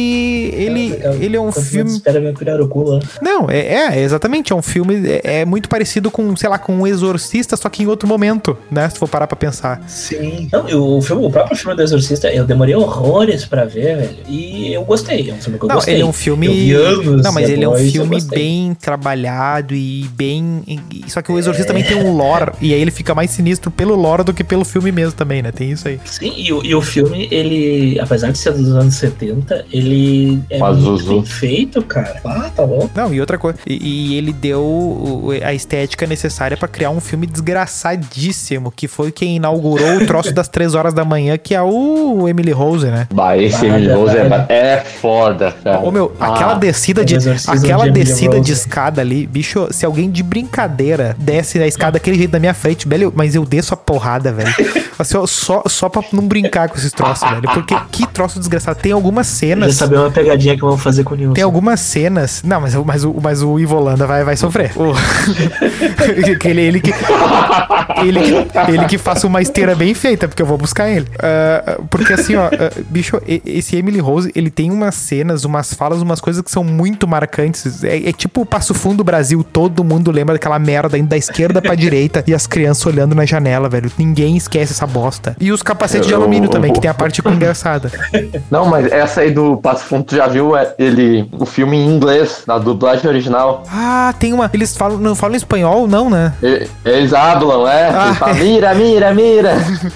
Speaker 2: Ele, ele é um
Speaker 1: Quanto menos
Speaker 2: filme.
Speaker 1: Espera ver Pirarucu lá.
Speaker 2: Não, é, é, é exatamente. É um filme. É, é muito parecido com, sei lá, com um exorcista, só que em outro momento, né? Se tu for parar pra pensar.
Speaker 1: Sim. Não, eu- o, filme, o próprio filme do Exorcista, eu demorei horrores pra ver, velho. E eu gostei. É um filme que eu
Speaker 2: não,
Speaker 1: gostei.
Speaker 2: ele é um filme.
Speaker 1: Eu vi anos
Speaker 2: não, mas ele é um
Speaker 1: depois, eu
Speaker 2: filme
Speaker 1: gostei.
Speaker 2: bem trabalhado e bem. e- Só que o
Speaker 1: É.
Speaker 2: Exorcista também tem um lore. E aí ele fica mais sinistro pelo lore do que pelo filme mesmo também, né? Tem isso aí.
Speaker 1: Sim, e o, e o filme, ele, apesar de ser dos anos 70, ele é
Speaker 4: Faz
Speaker 1: muito
Speaker 4: Zuzu.
Speaker 1: bem feito, cara. Ah, tá bom.
Speaker 2: Não, e outra coisa. E, e ele deu o- a estética necessária pra criar um filme desgraçadíssimo, que foi quem inaugurou o troço das três horas da manhã, que é o Emily Rose, né?
Speaker 4: Bah, esse
Speaker 1: Bah,
Speaker 4: Emily Rose é,
Speaker 1: verdade.
Speaker 4: é foda, cara.
Speaker 2: Ô meu,
Speaker 4: Ah,
Speaker 2: aquela descida de
Speaker 1: o Um exorcismo
Speaker 2: aquela
Speaker 1: de Emily
Speaker 2: descida
Speaker 1: Rose.
Speaker 2: de escada ali, bicho, se alguém de brincadeira desce a escada daquele jeito na minha frente, velho, eu- mas eu desço a porrada, velho. Assim, ó, só só para não brincar com esses troços, velho, porque que troço desgraçado. Tem algumas
Speaker 1: Eu já
Speaker 2: cenas
Speaker 1: sabia uma pegadinha que eu vou fazer com o Nilson.
Speaker 2: Tem algumas cenas. Não, mas, o- mas, o, mas o Ivo Holanda vai, vai sofrer. O- ele, ele, que, ele, que, ele que faça uma esteira bem feita, porque eu vou buscar ele. Ah, ah, porque assim, ó, ah, bicho, e- esse Emily Rose, ele tem umas cenas, umas falas, umas coisas que são muito marcantes. É, é tipo o Passo Fundo do Brasil, todo mundo lembra daquela merda indo da esquerda pra direita e as crianças olhando na janela, velho. Ninguém esquece essa bosta. E os capacetes de
Speaker 4: Eu-
Speaker 2: alumínio também, que tem a parte engraçada.
Speaker 4: Não, mas essa aí do Passo Fundo, tu já viu é, ele, o filme em inglês, na dublagem original.
Speaker 2: Ah, tem uma. Eles falam, não falam espanhol, não, né?
Speaker 4: E- eles hablam, é.
Speaker 2: Ah.
Speaker 4: Eles falam, mira, mira, mira.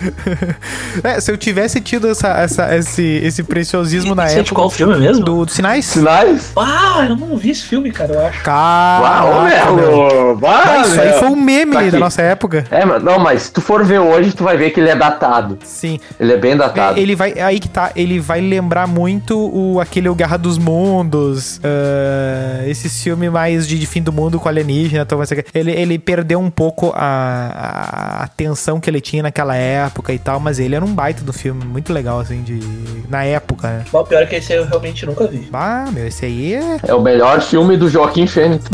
Speaker 2: É, se eu tivesse tido essa, essa- esse, esse preciosismo na
Speaker 1: Você é de
Speaker 2: época
Speaker 1: qual filme mesmo?
Speaker 2: do, dos sinais.
Speaker 4: assim? Sinais?
Speaker 1: Ah, eu não vi esse filme, cara, eu acho.
Speaker 2: Caraca,
Speaker 4: Uau, né,
Speaker 2: meu.
Speaker 4: meu.
Speaker 2: Ah,
Speaker 4: Vai,
Speaker 2: isso aí
Speaker 4: meu.
Speaker 2: foi um meme
Speaker 4: Tá aqui.
Speaker 2: da nossa época.
Speaker 4: É, mas, não, mas se tu for ver hoje, tu vai ver que ele é datado.
Speaker 2: Sim.
Speaker 4: Ele é bem datado.
Speaker 2: Ele vai. Aí que tá. Ele vai lembrar muito o, aquele O Guerra dos Mundos. ah, esse filme mais de, de fim do mundo com alienígena. Então, ele, ele perdeu um pouco a, a atenção que ele tinha naquela época e tal. Mas ele era um baita do filme. Muito legal, assim, de. Na época, né?
Speaker 1: Mas o pior é que esse eu realmente nunca vi.
Speaker 2: Ah, meu, esse aí é
Speaker 4: É o melhor filme do Joaquim Fênix.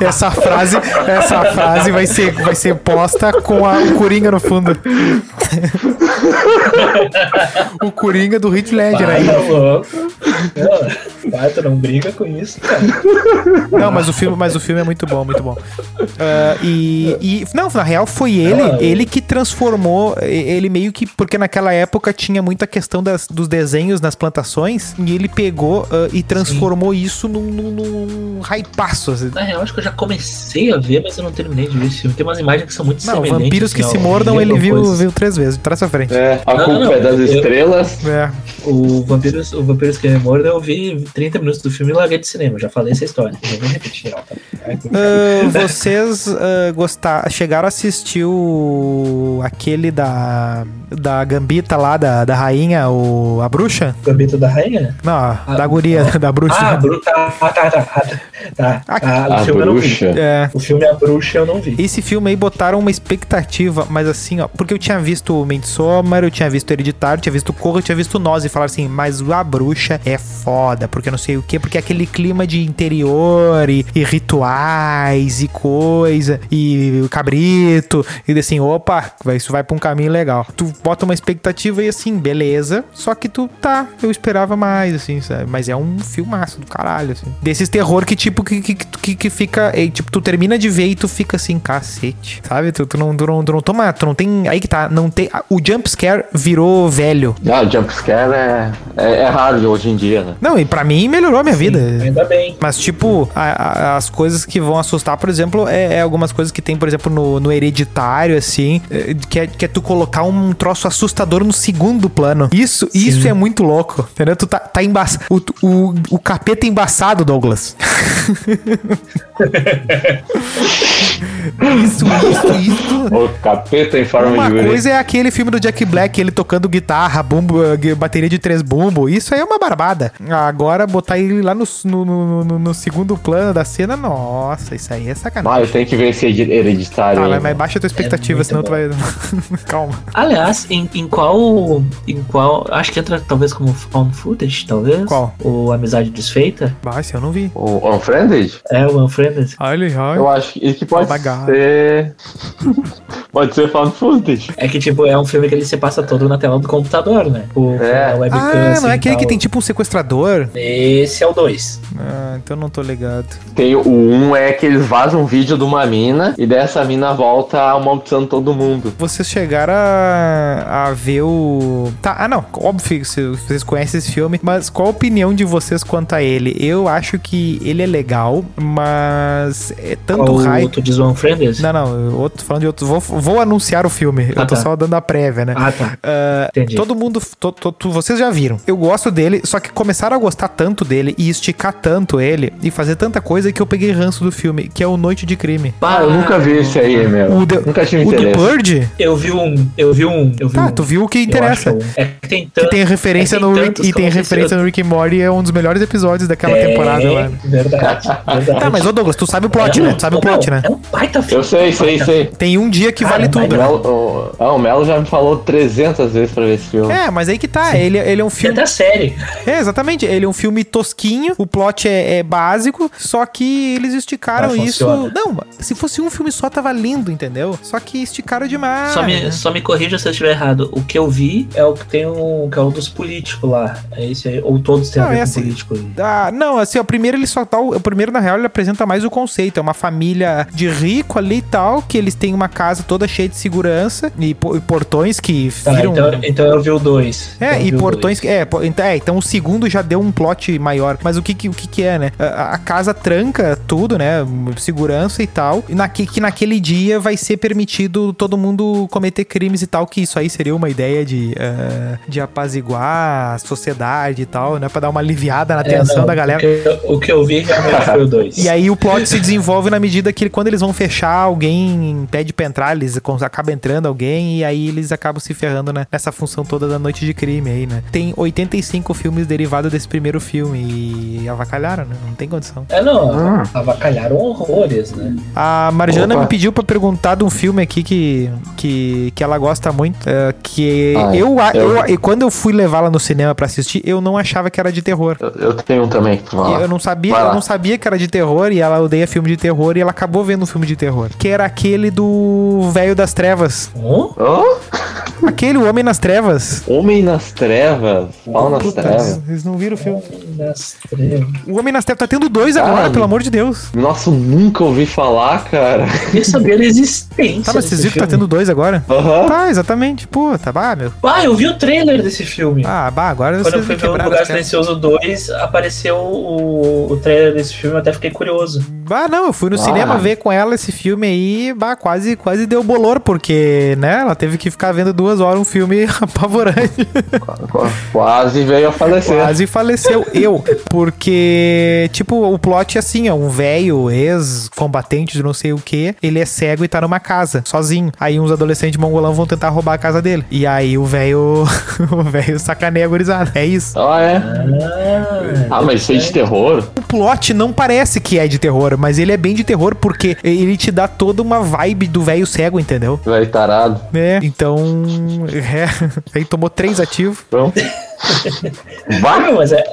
Speaker 2: Essa frase, essa frase vai ser, vai ser posta com a- o Coringa no fundo. o Coringa do Heath Ledger
Speaker 1: Ah,
Speaker 2: aí.
Speaker 1: tá louco. Não, Bato, não briga com isso, cara.
Speaker 2: Não, mas o filme, mas o filme é muito bom, muito bom. Ah, e, e- não, na real foi ele,
Speaker 1: Ah, é.
Speaker 2: ele que transformou, e- ele meio que porque naquela época tinha muita questão das- dos desenhos nas plantações e ele pegou ah, e transformou isso num, num, num hypaço, assim.
Speaker 1: Na real, acho que eu já comecei a ver, mas eu não terminei de ver esse filme. Tem umas imagens que são muito
Speaker 2: Não,
Speaker 1: semelhantes.
Speaker 2: vampiros que
Speaker 1: né,
Speaker 2: se
Speaker 1: ao-
Speaker 2: mordam, ele
Speaker 1: alguma
Speaker 2: viu,
Speaker 1: coisa. assim.
Speaker 2: viu três vezes, de trás à frente.
Speaker 4: É, a
Speaker 1: Não,
Speaker 4: culpa
Speaker 1: não,
Speaker 4: é das
Speaker 1: eu-
Speaker 4: estrelas.
Speaker 2: É.
Speaker 1: O Vampiros, o Vampiros que me mordam, eu vi 30 minutos do filme e larguei de cinema. Já falei essa história. Não vou repetir, não. tá? Ai, que-
Speaker 2: Ah, vocês ah, gostar, chegaram a assistir o, aquele da, da gambita lá, da, da rainha, o, a bruxa?
Speaker 1: Gambito da Rainha? né?
Speaker 2: Não, da guria, da bruxa.
Speaker 1: Ah, a bruxa. Ah, tá, tá, tá. tá.
Speaker 2: Ah,
Speaker 1: Ah, o
Speaker 4: A
Speaker 1: filme eu não vi.
Speaker 4: bruxa.
Speaker 2: É.
Speaker 1: O filme A Bruxa eu não vi.
Speaker 2: Esse filme aí botaram uma expectativa, mas assim, ó, porque eu tinha visto o Midsommar, eu tinha visto Hereditário, eu tinha visto Corra, eu tinha visto Nós e falaram assim, mas a bruxa é foda, porque não sei o quê, porque é aquele clima de interior e, e rituais e coisa, e o cabrito, e assim, opa, vai- isso vai pra um caminho legal. Tu bota uma expectativa e assim, beleza, só que tu tá, eu esperava mais, assim, sabe? Mas é um filmaço do caralho, assim. Desses terror que tipo, que, que, que, que fica, é, tipo, tu termina de ver e tu fica assim, cacete, sabe? Tu, tu, não, tu, não, tu não toma, tu não tem, aí que tá, não tem, ah, o jumpscare virou velho.
Speaker 4: Não, jumpscare é, é, é raro hoje em dia, né?
Speaker 2: Não, e pra mim melhorou a minha vida.
Speaker 1: Ainda bem.
Speaker 2: Mas, tipo, a- a- as coisas que vão assustar, por exemplo, é, é algumas coisas que tem, por exemplo, no, no hereditário, assim, é, que é, que é tu colocar um troço assustador no segundo plano. Isso, isso é muito louco, entendeu? Tu tá, tá embaçado. O, o, o capeta embaçado, Douglas. isso, isso, isso.
Speaker 4: O capeta em forma
Speaker 2: Uma
Speaker 4: de guri.
Speaker 2: coisa é aquele filme do Jack Black, ele tocando guitarra, bumbo, eh, gu- bateria de três bumbo. Isso aí é uma barbada. Agora, botar ele lá no, no- no- no- no segundo plano da cena, nossa, isso aí é sacanagem.
Speaker 4: Ah, eu tenho que ver esse hereditário.
Speaker 2: Tá,
Speaker 4: aí,
Speaker 2: mas,
Speaker 4: mano.
Speaker 2: mas baixa a tua expectativa,
Speaker 1: muito
Speaker 2: senão tu vai. Calma.
Speaker 1: Aliás, Aliás, em, em qual. Em qual. Acho que entra talvez como found footage, talvez.
Speaker 2: Qual?
Speaker 1: Ou Amizade Desfeita.
Speaker 2: Bah, esse eu não vi.
Speaker 4: O Unfriended?
Speaker 1: É, o Unfriended.
Speaker 2: Olha, olha.
Speaker 4: Eu acho que, que pode
Speaker 2: Oh my God.
Speaker 4: ser. pode ser found footage.
Speaker 1: É que, tipo, é um filme que ele se passa todo na tela do computador, né? O,
Speaker 4: É.
Speaker 1: a webcam,
Speaker 2: Ah,
Speaker 1: assim,
Speaker 2: não é aquele
Speaker 1: tal.
Speaker 2: que tem tipo um sequestrador?
Speaker 1: Esse é o 2.
Speaker 2: Ah, então não tô ligado.
Speaker 4: Tem o um é que eles vazam um vídeo de uma mina e dessa mina volta amaldiçoando todo mundo.
Speaker 2: Vocês chegaram a, a ver o. Tá, ah não, óbvio que se- vocês conhecem esse filme, mas qual a opinião de vocês quanto a ele? Eu acho que ele é legal, mas é tanto
Speaker 1: Qual
Speaker 2: hype.
Speaker 1: Tu diz o Unfriended?
Speaker 2: Não, não, eu- outro, falando de outro. Vou, vou anunciar o filme.
Speaker 1: Ah,
Speaker 2: eu tô
Speaker 1: tá.
Speaker 2: só dando a prévia, né?
Speaker 1: Ah, tá.
Speaker 2: Ah,
Speaker 1: Entendi.
Speaker 2: Todo mundo, to- to- to- vocês já viram. Eu gosto dele, só que começaram a gostar tanto dele e esticar tanto ele e fazer tanta coisa que eu peguei ranço do filme, que é o Noite de Crime.
Speaker 1: Pá,
Speaker 4: Ah, eu nunca vi esse aí, meu.
Speaker 2: O The-
Speaker 4: Nunca tive
Speaker 2: O do
Speaker 4: interesse.
Speaker 2: Purge?
Speaker 1: Eu vi um. Eu vi um. Eu vi
Speaker 2: Tá,
Speaker 1: um.
Speaker 2: tu viu o que
Speaker 1: Eu
Speaker 2: interessa.
Speaker 1: acho que é um. É assim que tem
Speaker 2: Que
Speaker 1: tanto.
Speaker 2: tem referência
Speaker 1: tem
Speaker 2: no Rick,
Speaker 1: tantos
Speaker 2: e
Speaker 1: que
Speaker 2: tem
Speaker 1: eu não sei
Speaker 2: referência
Speaker 1: se eu-
Speaker 2: no Rick and Morty, é um dos melhores episódios daquela
Speaker 1: É.
Speaker 2: temporada lá.
Speaker 1: Verdade, verdade.
Speaker 2: Tá, mas ô Douglas, tu sabe o plot, né? Tu sabe o plot, né?
Speaker 1: É um baita filme.
Speaker 4: Eu sei, sei, sei.
Speaker 2: Tem um dia que
Speaker 1: Ah,
Speaker 2: vale
Speaker 1: é
Speaker 4: O
Speaker 2: tudo.
Speaker 1: maior.
Speaker 4: Melo, o- ah, o Melo já me falou 300 vezes pra ver esse filme.
Speaker 2: É, mas aí que tá, ele, ele é um
Speaker 1: É
Speaker 2: filme.
Speaker 1: da série.
Speaker 2: É, exatamente. Ele é um filme tosquinho, o plot é, é básico, só que eles esticaram
Speaker 1: Mas
Speaker 2: isso.
Speaker 1: Tá funciona.
Speaker 2: Não, se fosse um filme só, tava lindo, entendeu? Só que esticaram demais.
Speaker 1: só, me, só me corrija se eu estiver errado. O que eu vi é o que tem um. que é o dos políticos lá. É esse aí. Ou todos têm
Speaker 2: Não,
Speaker 1: a ver
Speaker 2: é
Speaker 1: com
Speaker 2: assim.
Speaker 1: político aí.
Speaker 2: Ah, não, assim, ó, primeiro ele só tá. O primeiro, na real, ele apresenta mais o conceito. É uma família de rico ali e tal, que eles têm uma casa toda cheia de segurança e, po- e portões que
Speaker 1: Tá,
Speaker 2: viram.
Speaker 1: então, um então eu vi o 2.
Speaker 2: um- É, e portões. que- É, po- então- é, então o segundo já deu um plot maior. Mas o que que, o que, que é, né? A, a casa tranca tudo, né? Segurança e tal. E naque, que naquele dia vai ser permitido todo mundo cometer crimes e tal. Que isso aí seria uma ideia de, eh, de apaziguar a sociedade e tal, né? Pra dar uma aliviada na tensão da galera.
Speaker 1: É, O que, eu, o que eu vi realmente foi o 2.
Speaker 2: E aí o plot se desenvolve na medida que quando eles vão fechar, alguém pede pra entrar, eles cons- acaba entrando alguém e aí eles acabam se ferrando né, nessa função toda da noite de crime aí, né? Tem 85 filmes derivados desse primeiro filme e avacalharam, né? Não tem condição.
Speaker 1: É,
Speaker 2: Ah.
Speaker 1: não. Avacalharam horrores, né?
Speaker 2: A Marjana
Speaker 4: Opa.
Speaker 2: me pediu pra perguntar de um filme aqui que, que, que ela gosta muito, é, que
Speaker 4: Ah,
Speaker 2: eu, a-
Speaker 4: eu-
Speaker 2: eu- e quando eu fui levá-la no cinema pra assistir, eu não achava que era de terror.
Speaker 4: Eu, eu tenho um também que tu
Speaker 2: E eu
Speaker 4: fala.
Speaker 2: não sabia,
Speaker 4: Vai lá.
Speaker 2: eu não sabia que era de terror e ela odeia filme de terror e ela acabou vendo um filme de terror, que era aquele do velho das trevas,
Speaker 1: Hum?
Speaker 4: Hã?
Speaker 2: aquele o homem nas trevas.
Speaker 4: Homem nas trevas? Pau nas
Speaker 2: Puta,
Speaker 4: trevas?
Speaker 2: eles, eles não viram o filme.
Speaker 1: Hum? Nas trevas.
Speaker 2: O homem nas trevas tá tendo dois
Speaker 4: Caralho.
Speaker 2: agora, pelo amor de Deus.
Speaker 4: Nossa, eu nunca ouvi falar, cara.
Speaker 1: Nem sabia da existência.
Speaker 2: Tá, mas vocês
Speaker 1: desse
Speaker 2: viram que tá
Speaker 1: filme.
Speaker 2: tendo dois agora?
Speaker 4: Aham.
Speaker 2: Tá, exatamente. Puta, bah, meu.
Speaker 1: Ah, eu vi o trailer desse filme.
Speaker 2: Ah, bah, agora
Speaker 1: Quando eu
Speaker 2: vocês
Speaker 1: fui
Speaker 2: me
Speaker 1: ver o
Speaker 2: quebraram.
Speaker 1: Lugar
Speaker 2: as caras.
Speaker 1: Silencioso 2, apareceu o, o trailer desse filme, eu até fiquei curioso.
Speaker 2: Bah, não, eu fui no
Speaker 4: Ah.
Speaker 2: cinema ver com ela esse filme aí, bah, quase, quase deu bolor, porque, né, ela teve que ficar vendo duas horas um filme apavorante.
Speaker 4: Qu- Quase veio a falecer.
Speaker 2: Quase faleceu eu, porque, tipo, o plot é assim, ó, um velho ex-combatente de não sei o que, ele é cego e tá numa casa, sozinho. Aí uns adolescentes mongolão vão tentar roubar a casa dele. E aí o velho, o velho sacaneia a gurizada. É isso.
Speaker 4: Ah, é?
Speaker 2: Hum.
Speaker 1: Ah,
Speaker 4: Ah, mas isso aí de terror?
Speaker 2: O plot não parece que é de terror, mas ele é bem de terror porque ele te dá toda uma vibe do velho cego, entendeu?
Speaker 4: Velho tarado.
Speaker 2: É, então, é, aí tomou três ativos.
Speaker 4: Então. Vai!
Speaker 1: Ah, mas é-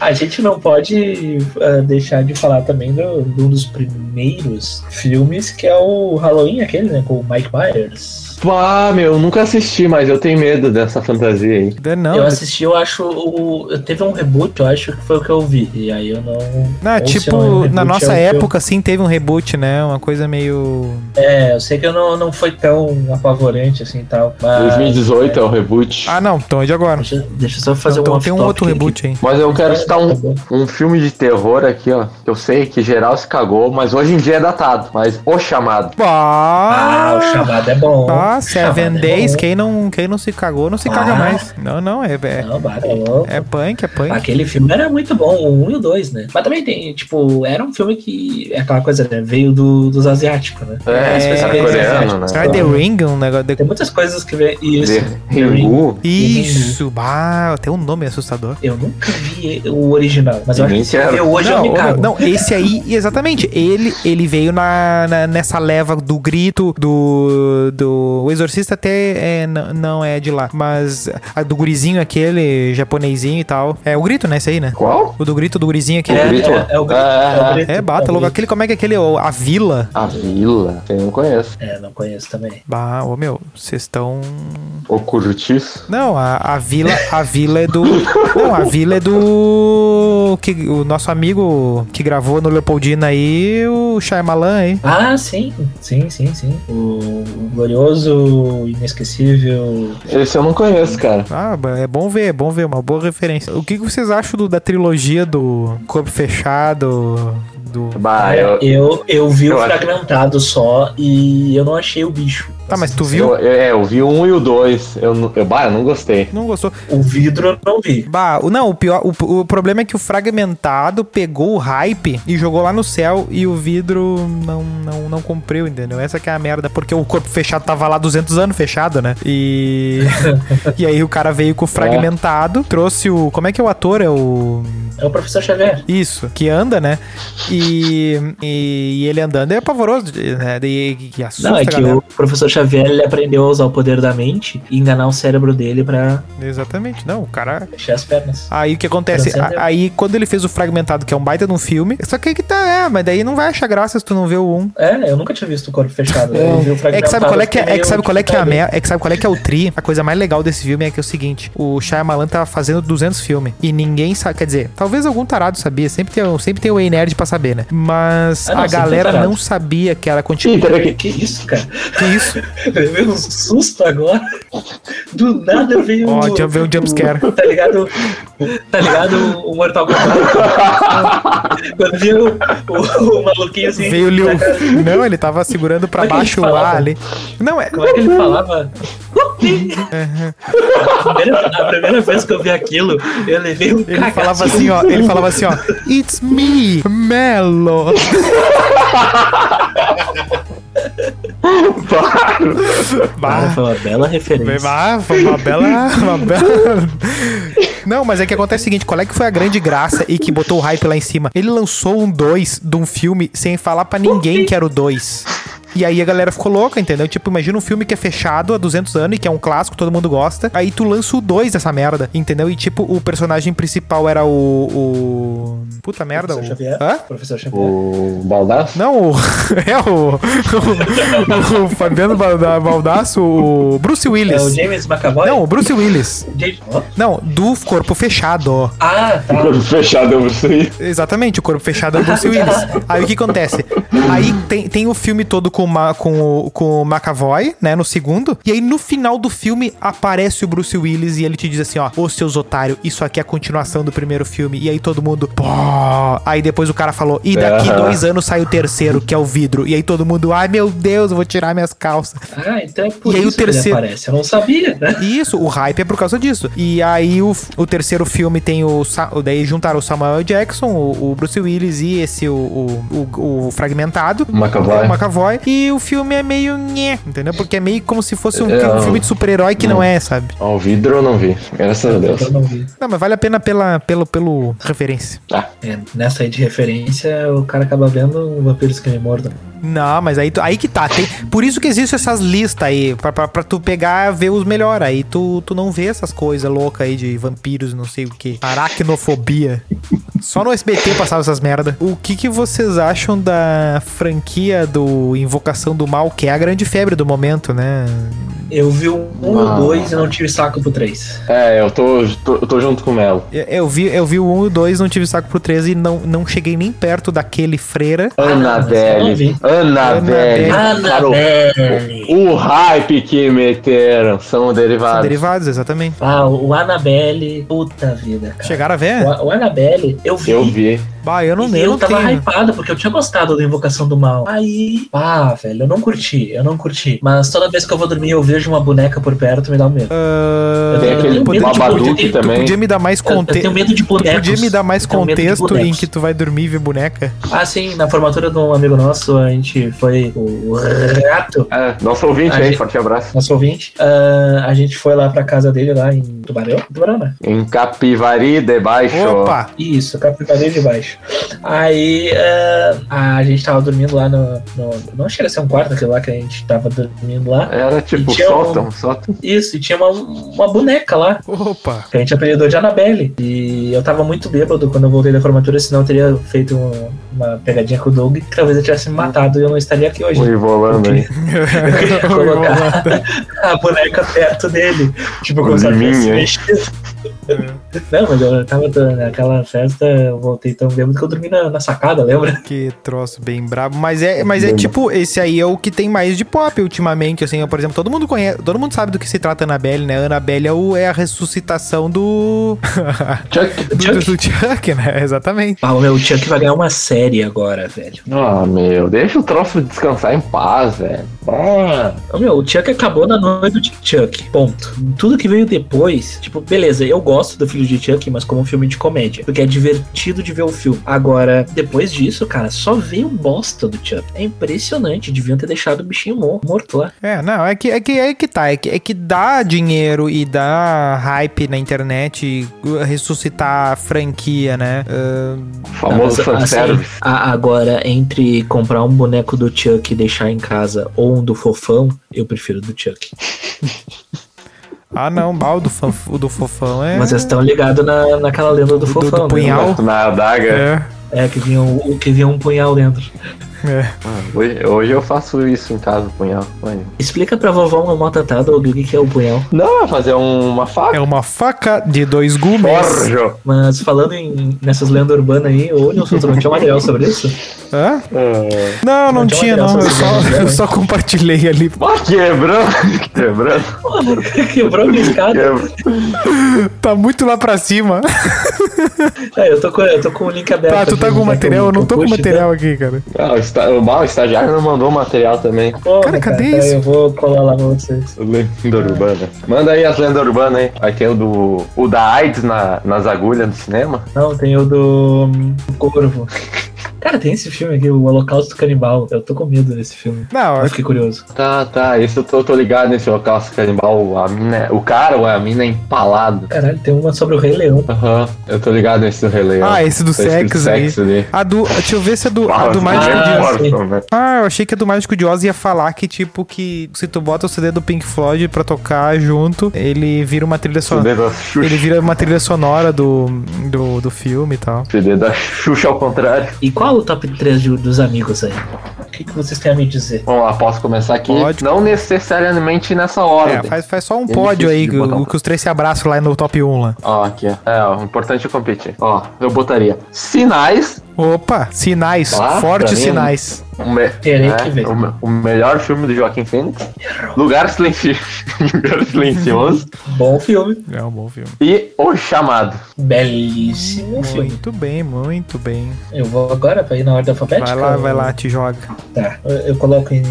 Speaker 1: a gente não pode ah, deixar de falar também do, de um dos primeiros filmes, que é o Halloween, aquele, né? Com o Mike Myers.
Speaker 4: Ah, meu, eu nunca assisti, mas eu tenho medo dessa fantasia aí.
Speaker 2: Não,
Speaker 1: eu assisti, eu acho. O, eu- teve um reboot, eu acho que foi o que eu vi. E aí eu não.
Speaker 2: Não,
Speaker 1: ou se não é um
Speaker 2: tipo, na
Speaker 1: reboot,
Speaker 2: nossa
Speaker 1: é o que eu-
Speaker 2: época, assim, teve um reboot, né? Uma coisa meio.
Speaker 1: É, eu sei que eu não, não foi tão apavorante assim e tal. Mas.
Speaker 4: 2018 é o reboot.
Speaker 2: Ah, não, então é de agora.
Speaker 1: Deixa, deixa eu só fazer
Speaker 2: Então
Speaker 1: um
Speaker 2: tem um
Speaker 1: off-topic
Speaker 2: outro
Speaker 1: aqui.
Speaker 2: reboot aí.
Speaker 4: Mas eu quero citar
Speaker 1: Tá
Speaker 4: um,
Speaker 1: bom.
Speaker 4: um filme de terror aqui, ó. Que eu sei que geral se cagou, mas hoje em dia é datado. Mas O Chamado.
Speaker 1: Ah, o
Speaker 2: Ah!
Speaker 1: chamado é bom.
Speaker 2: Ah,
Speaker 1: O chamado
Speaker 2: Seven
Speaker 1: é
Speaker 2: Days,
Speaker 1: bom.
Speaker 2: quem não, quem não se cagou, não se caga
Speaker 1: Ah.
Speaker 2: mais. Não, não, é, é,
Speaker 1: Não, bah, tá louco.
Speaker 2: é punk, é punk.
Speaker 1: Aquele filme era muito bom, o 1 e o 2, né? Mas também tem, tipo, era um filme que. É aquela coisa, né? Veio do- dos asiáticos, né?
Speaker 4: É,
Speaker 1: As coisas
Speaker 4: era
Speaker 1: veio dos
Speaker 4: coreano,
Speaker 1: asiáticos.
Speaker 4: né?
Speaker 2: Será que The Ring, um negócio.
Speaker 1: Tem
Speaker 2: De...
Speaker 1: muitas coisas que vem. Isso.
Speaker 4: De
Speaker 1: The Ring.
Speaker 4: Ringu.
Speaker 2: Isso, bah, tem um nome assustador.
Speaker 1: Eu nunca vi o original, mas eu acho
Speaker 4: Ninguém
Speaker 1: é um que se
Speaker 4: quer.
Speaker 1: eu ver hoje eu
Speaker 2: não,
Speaker 1: me cago.
Speaker 2: não, esse aí, exatamente. Ele, ele veio na, na- nessa leva do grito, do, do O Exorcista até é, n- não é de lá, mas a do gurizinho aquele, japonesinho e tal. É o grito, né? Esse aí, né?
Speaker 4: Qual?
Speaker 2: O do grito do gurizinho aquele.
Speaker 4: É,
Speaker 2: É,
Speaker 4: grito?
Speaker 1: é, é o grito.
Speaker 4: Ah,
Speaker 1: o grito,
Speaker 2: bata
Speaker 1: é o
Speaker 2: logo.
Speaker 1: grito.
Speaker 2: Aquele, como é que é aquele? o- A vila.
Speaker 4: A vila? Eu não conheço.
Speaker 1: É, não conheço também.
Speaker 2: Bah, ô meu, vocês estão.
Speaker 4: O Curtis?
Speaker 2: Não, a, a vila. A vila é do. Não, a vila é do. Que, o nosso amigo que gravou no Leopoldina aí, o Shyamalan aí.
Speaker 1: Ah, sim, sim, sim, sim. O glorioso, inesquecível.
Speaker 4: Esse eu não conheço, cara.
Speaker 2: Ah, ba- é bom ver, é bom ver, uma boa referência. O que que vocês acham do- da trilogia do Corpo Fechado? Do.
Speaker 4: Bah,
Speaker 1: Cara,
Speaker 4: Ah, eu,
Speaker 1: eu, eu vi
Speaker 4: eu
Speaker 1: o
Speaker 4: acho.
Speaker 1: fragmentado só e eu não achei o bicho.
Speaker 2: Tá, mas tu viu?
Speaker 4: eu, eu- é, eu vi o um e o dois. Eu, não- eu, bah, eu não gostei.
Speaker 2: Não gostou?
Speaker 1: O vidro eu não vi.
Speaker 2: Bah, o- não, o pior, o, o problema é que o fragmentado pegou o hype e jogou lá no céu e o vidro não, não, não cumpriu, entendeu? Essa que é a merda, porque o corpo fechado tava lá 200 anos fechado, né? E e aí o cara veio com o fragmentado, trouxe o, como é que é o ator? É o
Speaker 1: É o professor Xavier.
Speaker 2: isso, que anda, né? E, e, e ele andando é pavoroso, né? E, e, e assusta,
Speaker 1: Não, é
Speaker 2: a
Speaker 1: que
Speaker 2: galera.
Speaker 1: o professor Xavier ele aprendeu a usar o poder da mente e enganar o cérebro dele pra
Speaker 2: Exatamente. Não, o cara
Speaker 1: fechar as pernas.
Speaker 2: Aí o que acontece?
Speaker 1: Transcendeu.
Speaker 2: A- aí quando ele fez o Fragmentado, que é um baita de um filme, só que aí que tá, é, mas daí não vai achar graça se tu não vê o 1.
Speaker 1: É, eu nunca tinha visto o corpo fechado. né? Eu vi o
Speaker 2: É
Speaker 1: fragmentado,
Speaker 2: que sabe qual é que é,
Speaker 1: fiquei
Speaker 2: é que sabe
Speaker 1: meio
Speaker 2: qual é que é a
Speaker 1: tipo,
Speaker 2: mer- é que sabe qual é que é o tri? A coisa mais legal desse filme é que é o seguinte, o Shyamalan tava fazendo 200 filmes e ninguém sabe, quer dizer, talvez algum tarado sabia, sempre tem, um- sempre tem o Ei nerd pra saber, né? Mas
Speaker 1: Ah, não,
Speaker 2: a
Speaker 1: sempre tem
Speaker 2: galera
Speaker 1: tarado.
Speaker 2: não sabia que era continua.
Speaker 4: Peter aqui.
Speaker 1: Que isso, cara?
Speaker 2: Que isso?
Speaker 1: Eu levei um susto agora. Do nada veio
Speaker 2: Ó,
Speaker 1: um.
Speaker 2: jump- veio um jumpscare.
Speaker 1: Tá ligado? Tá ligado? O Mortal Kombat. Quando viu o, o maluquinho assim.
Speaker 2: Veio o Liu. Não, ele tava segurando pra
Speaker 1: Como é que
Speaker 2: baixo
Speaker 1: ele
Speaker 2: o
Speaker 1: falava?
Speaker 2: ar ali. Não, é,
Speaker 1: Como é que ele falava? a, primeira, a primeira vez que eu vi aquilo, eu levei um
Speaker 2: Ele falava assim, ó, ele falava assim, ó, It's me, Melo.
Speaker 1: Ah,
Speaker 2: Bah,
Speaker 1: Ah, foi uma bela
Speaker 2: ah, foi-
Speaker 1: referência.
Speaker 2: bah, foi uma bela, uma bela. Não, mas é que acontece o seguinte, qual é que foi a grande graça e que botou o hype lá em cima? Ele lançou um 2 de um filme sem falar pra ninguém que era o 2. E aí a galera ficou louca, entendeu? Tipo, imagina um filme que é fechado há 200 anos e que é um clássico, todo mundo gosta. Aí tu lança o 2 dessa merda, entendeu? E tipo, o personagem principal era o... o... Puta merda,
Speaker 1: Professor
Speaker 2: o...
Speaker 1: Xavier.
Speaker 2: Hã?
Speaker 1: Professor Xavier.
Speaker 4: O Baldaço?
Speaker 2: Não, o, é o, o, o Fabiano Balda- Baldasso, o Bruce
Speaker 1: É o
Speaker 2: Willis.
Speaker 1: James McAvoy?
Speaker 2: Não, o Bruce Willis.
Speaker 1: James- ó.
Speaker 2: Não, do corpo fechado.
Speaker 1: Ah, tá.
Speaker 4: Fechado eu sei.
Speaker 2: Exatamente, o corpo fechado é o Bruce Willis. Aí o que acontece? Aí tem, tem o filme todo com, o Ma- com, o, com o McAvoy, né, no segundo. E aí no final do filme aparece o Bruce Willis e ele te diz assim, ó, ô seus otários, isso aqui é a continuação do primeiro filme. E aí todo mundo, pô. Aí depois o cara falou, e daqui
Speaker 4: Aham.
Speaker 2: dois anos sai o terceiro, que é o vidro. E aí todo mundo, ai meu Deus, eu vou tirar minhas calças.
Speaker 1: Ah, então é por
Speaker 2: E aí o
Speaker 1: isso que ele
Speaker 2: terceiro-
Speaker 1: aparece. Eu não sabia, né?
Speaker 2: E Isso, o hype é por causa disso. E aí o, o terceiro filme tem o. Sa- o- Daí juntaram o Samuel Jackson, o, o Bruce Willis e esse, o, o, o- o Fragmentado.
Speaker 4: McAvoy.
Speaker 2: O McAvoy. E o filme é meio. Nhé, entendeu? Porque é meio como se fosse um,
Speaker 4: É,
Speaker 2: um
Speaker 4: um-
Speaker 2: filme de super-herói que não. é, sabe?
Speaker 4: Ó, o vidro eu não vi. Graças a Deus.
Speaker 1: Eu não vi.
Speaker 2: Não, mas vale a pena pela, pelo, pelo referência.
Speaker 1: É, nessa aí de referência, o cara acaba vendo um vampiros que me mordam.
Speaker 2: Não, mas aí, tu- aí que tá. tem- por isso que existem essas listas aí, pra, pra, pra tu pegar ver os melhores. Aí tu, tu não vê essas coisas loucas aí de vampiros, não sei o que. Aracnofobia. Só no SBT passava essas merda. O que, que vocês acham da franquia do Invocação do Mal, que é a grande febre do momento, né?
Speaker 1: Eu vi o 1 e o
Speaker 4: Ah.
Speaker 1: 2 e não tive saco pro 3.
Speaker 4: É, eu tô, tô- eu tô junto com o Melo.
Speaker 2: Eu, eu vi, eu vi o 1 e o 2, não tive saco pro 13 e não, não cheguei nem perto daquele freira.
Speaker 1: Ah, eu não vi.
Speaker 4: Annabelle. Annabelle. Cara, o-
Speaker 1: Ah, Annabelle!
Speaker 4: o hype que meteram são
Speaker 2: São
Speaker 4: derivados.
Speaker 2: derivados, exatamente.
Speaker 1: Ah, o Annabelle, puta vida, cara.
Speaker 2: Chegaram a ver?
Speaker 1: O, o Annabelle, eu vi.
Speaker 4: Eu vi.
Speaker 2: Bah, eu não
Speaker 1: e
Speaker 2: lembro.
Speaker 1: eu tava hypado, porque eu tinha gostado da Invocação do Mal. Aí, ah, velho, eu não curti, eu não curti. Mas toda vez que eu vou dormir, eu vejo uma boneca por perto, me dá um medo.
Speaker 2: Ah,
Speaker 1: eu tipo
Speaker 4: Tem aquele
Speaker 1: medo de
Speaker 4: Babadook
Speaker 1: poder-
Speaker 2: Tu
Speaker 4: também.
Speaker 2: podia me dar mais
Speaker 1: Eu, eu tenho
Speaker 2: contexto.
Speaker 1: medo de
Speaker 2: Tu
Speaker 1: bonecos.
Speaker 2: podia me dar mais
Speaker 1: Eu tenho medo de
Speaker 2: contexto em
Speaker 1: bonecos.
Speaker 2: que tu vai dormir e ver boneca?
Speaker 1: Ah, sim, na formatura de um amigo nosso, a gente foi o Rato,
Speaker 4: É, nosso ouvinte
Speaker 1: A
Speaker 4: aí,
Speaker 1: gente-
Speaker 4: forte abraço.
Speaker 1: nosso ouvinte. ah, a gente foi lá pra casa dele, lá em Tubarão. Tubarão, né?
Speaker 4: Em Capivari de Baixo.
Speaker 2: Opa!
Speaker 1: Isso, Capivari de Baixo. acho. Aí uh, a gente tava dormindo lá no, no. Não chega a ser um quarto aquele lá que a gente tava dormindo lá.
Speaker 4: Era tipo
Speaker 1: E tinha
Speaker 4: sótão,
Speaker 1: um-
Speaker 4: sótão.
Speaker 1: Isso, e tinha uma, uma boneca lá,
Speaker 2: Opa!
Speaker 1: que a gente apelidou de Annabelle. E eu tava muito bêbado quando eu voltei da formatura, senão eu teria feito um- uma pegadinha com o Doug, que talvez eu tivesse me matado e eu não estaria aqui hoje.
Speaker 4: O Ivolando aí.
Speaker 1: Eu queria colocar a boneca perto dele. Tipo, como se ela
Speaker 4: Liminha.
Speaker 1: tivesse mexido. Não, mas eu tava do- naquela festa, eu voltei tão bêbado que eu dormi na, na sacada, lembra?
Speaker 2: Que troço bem brabo. Mas é, mas é
Speaker 4: Bem
Speaker 2: tipo, esse aí é o que tem mais de pop ultimamente, assim. Eu, por exemplo, todo mundo conhece, todo mundo sabe do que se trata Annabelle, né? Annabelle é, o, é a ressuscitação do...
Speaker 4: Chuck.
Speaker 2: do, do, do Chuck, né? Exatamente.
Speaker 1: Ah, o meu Chuck vai ganhar uma série agora, velho.
Speaker 4: Ah, meu, deixa o troço descansar em paz, velho. Ah,
Speaker 1: Ô, meu, o Chuck acabou na noite do Chuck. Ponto. Tudo que veio depois, tipo, beleza, eu gosto do filho de Chuck, mas como um filme de comédia. Porque é divertido de ver o filme. Agora, depois disso, cara, só veio bosta do Chuck. É impressionante, deviam ter deixado o bichinho mo- morto lá.
Speaker 2: É, não, é que, é que, é que tá. É que, é que dá dinheiro e dá hype na internet e, uh, ressuscitar a franquia, né?
Speaker 4: famoso
Speaker 1: Não, mas,
Speaker 4: fanservice.
Speaker 1: assim, a- agora, entre comprar um boneco do Chuck e deixar em casa ou um do fofão, eu prefiro do Chuck.
Speaker 2: Ah, não, bah, o do, fanf- o do fofão é...
Speaker 1: Mas vocês estão ligados na, naquela lenda do,
Speaker 2: do
Speaker 1: fofão, né?
Speaker 2: punhal.
Speaker 4: Gato Na adaga.
Speaker 2: É,
Speaker 1: É, que vinha, um, que vinha um punhal dentro.
Speaker 2: é.
Speaker 4: Hoje, hoje eu faço isso em casa, punhal. Olha.
Speaker 1: Explica pra vovó uma mota Doug, o que, que é o punhal.
Speaker 4: Não, é fazer um- uma faca.
Speaker 2: É um uma faca de dois gumes.
Speaker 4: Forjo.
Speaker 1: Mas falando em, nessas lendas urbanas aí, ô Nilson, tu não tinha material sobre isso?
Speaker 2: Hã?
Speaker 4: Ah,
Speaker 2: Não, não
Speaker 1: Não tinha
Speaker 2: tinha, não. Eu
Speaker 1: material sobre
Speaker 2: só,
Speaker 1: isso,
Speaker 2: eu
Speaker 1: né?
Speaker 2: só compartilhei ali.
Speaker 4: mas quebrando. Quebrando.
Speaker 1: Pô, Quebrou a minha
Speaker 2: Ah,
Speaker 1: escada.
Speaker 4: quebrando.
Speaker 2: Tá muito lá pra cima.
Speaker 1: Ah, eu, tô com, eu tô com o link aberto.
Speaker 2: Tá, tu tá
Speaker 1: aqui,
Speaker 2: com
Speaker 1: né,
Speaker 2: material? Eu não tô com
Speaker 1: puxa,
Speaker 2: material aqui, cara.
Speaker 4: Ah, o, esta- o mal, o estagiário não mandou material também.
Speaker 1: então- Pô,
Speaker 2: Cara,
Speaker 1: cara,
Speaker 2: cadê
Speaker 1: tá,
Speaker 2: isso?
Speaker 1: Eu vou colar lá pra vocês.
Speaker 4: Lenda urbana. Manda aí as lendas urbanas aí. Aí tem o do. O da AIDS na- nas agulhas do cinema.
Speaker 1: Não, tem o do hum, Corvo. Cara, tem esse filme aqui, o Holocausto Canibal. Eu tô com medo desse filme.
Speaker 2: Não,
Speaker 1: Eu fiquei curioso.
Speaker 4: Tá, tá. Isso eu tô, tô ligado nesse holocausto canibal. A mina, o cara ou a mina é empalado.
Speaker 1: Caralho, tem uma sobre o Rei Leão.
Speaker 4: Aham, eu tô ligado nesse do releio.
Speaker 2: Ah, esse do
Speaker 4: Tá escrito
Speaker 2: sexo aí.
Speaker 4: sexo ali.
Speaker 2: A do. Deixa eu ver se é do. A
Speaker 4: Ah,
Speaker 2: do
Speaker 4: esse
Speaker 2: Mágico
Speaker 4: é
Speaker 2: de Oz.
Speaker 1: sim.
Speaker 4: órfão, né?
Speaker 2: Ah, eu achei que a do Mágico de Oz ia falar que, tipo, que se tu bota o CD do Pink Floyd pra tocar junto, ele vira uma trilha sonora.
Speaker 4: CD da Xuxa.
Speaker 2: Ele vira uma trilha sonora do, do, do filme e tal.
Speaker 4: CD da Xuxa ao contrário.
Speaker 1: E qual o top 3 de- dos amigos aí? O que, que vocês têm a me dizer?
Speaker 4: Vamos lá, posso começar aqui?
Speaker 2: Pode.
Speaker 4: Não necessariamente nessa ordem.
Speaker 2: É, faz, faz só um
Speaker 4: É
Speaker 2: pódio
Speaker 4: difícil
Speaker 2: aí,
Speaker 4: de
Speaker 2: que,
Speaker 4: botar um-
Speaker 2: que os três se abraçam lá no top 1 lá.
Speaker 4: Ó, aqui, ó. É, ó, o importante é competir. Ó, eu botaria sinais.
Speaker 2: Opa, sinais,
Speaker 4: Ah, pra
Speaker 2: fortes
Speaker 4: mim é
Speaker 2: sinais.
Speaker 4: O, me-
Speaker 1: Terei
Speaker 4: né,
Speaker 1: que ver.
Speaker 4: o, me- o melhor filme do Joaquim Phoenix. Lugar Silencioso. Lugar Silencioso.
Speaker 1: Bom filme.
Speaker 2: É um bom filme.
Speaker 4: e O Chamado.
Speaker 1: Belíssimo filme.
Speaker 2: Muito bem, muito bem.
Speaker 1: Eu vou agora pra ir na ordem alfabética?
Speaker 2: Vai lá, vai
Speaker 4: um.
Speaker 1: ou-
Speaker 2: lá, te joga.
Speaker 1: Tá. Eu, eu coloco em,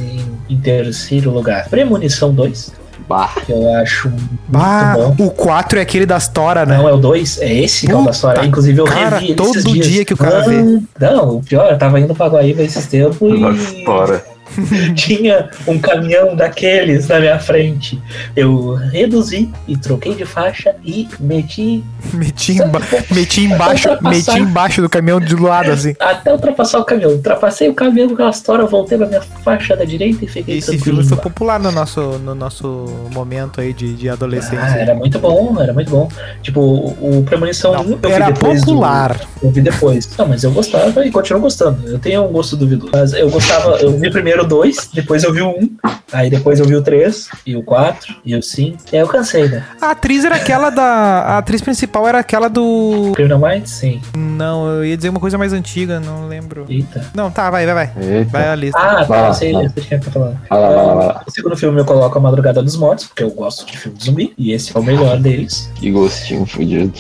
Speaker 1: em terceiro lugar Premonição 2,
Speaker 4: Bah.
Speaker 1: que eu acho
Speaker 2: Bah,
Speaker 1: muito bom.
Speaker 2: o 4 é aquele das Tora, né?
Speaker 1: Não é o 2, é esse que é o da história.
Speaker 2: Puta,
Speaker 1: Inclusive, eu
Speaker 2: cara,
Speaker 1: revi ele
Speaker 2: todo
Speaker 1: esses dias.
Speaker 2: dia que o cara vê.
Speaker 1: Não, Não, o pior, eu tava indo pra Guaíba esses tempos e.
Speaker 4: Nossa, fora.
Speaker 1: tinha um caminhão daqueles na minha frente. Eu reduzi e troquei de faixa e meti
Speaker 2: Meti, emba meti embaixo, meti embaixo do caminhão de lado, assim.
Speaker 1: até ultrapassar o caminhão. Ultrapassei o caminhão com a história, voltei pra minha faixa da direita e fiquei
Speaker 2: Esse
Speaker 1: tranquilo.
Speaker 2: filme foi popular no nosso, no nosso momento aí de, de
Speaker 1: Ah,
Speaker 2: adolescência.
Speaker 1: era muito bom, era muito bom. Tipo, o, o Premonição
Speaker 2: Não,
Speaker 4: né?
Speaker 1: eu vi
Speaker 2: era
Speaker 1: depois do-
Speaker 2: popular.
Speaker 1: eu vi depois. Não, mas eu gostava e continuo gostando. Eu tenho um gosto duvidoso. Mas eu gostava, eu vi primeiro o dois, depois eu vi o um, aí depois eu vi o três, e o quatro, e o cinco. E aí eu cansei, né?
Speaker 2: A atriz era aquela da. A atriz principal era aquela do.
Speaker 1: Criminal Minds, sim.
Speaker 2: Não, eu ia dizer uma coisa mais antiga, não lembro.
Speaker 1: Eita.
Speaker 2: Não, tá, vai, vai, vai. Vai
Speaker 4: Eita.
Speaker 2: a lista.
Speaker 1: Ah,
Speaker 4: Vai
Speaker 1: tá,
Speaker 4: lá,
Speaker 1: eu sei,
Speaker 4: vai.
Speaker 1: eu sei de quem tá falando.
Speaker 4: Vai lá, vai lá, vai lá.
Speaker 1: O segundo filme eu coloco A Madrugada dos Mortos, porque eu gosto de filme de zumbi, e esse é o melhor deles.
Speaker 4: Que gostinho fudido.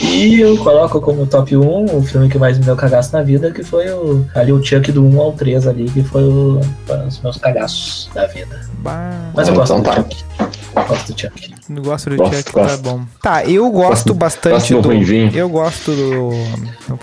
Speaker 1: E eu coloco como top 1 o filme que mais me deu cagaço na vida, que foi o, ali o Chuck do 1 ao 3 ali, que foi o- os meus cagaços da vida.
Speaker 2: Bah,
Speaker 1: Mas eu
Speaker 4: Ah,
Speaker 1: gosto
Speaker 4: então
Speaker 1: do
Speaker 4: tá.
Speaker 1: Chuck. Eu gosto do Chuck.
Speaker 2: não gosto do
Speaker 4: Gosto,
Speaker 2: Chuck, tá
Speaker 4: gosto.
Speaker 2: bom. Tá, eu gosto
Speaker 4: Gosto-
Speaker 2: bastante
Speaker 4: gosto do ruivinho.
Speaker 2: Eu gosto do.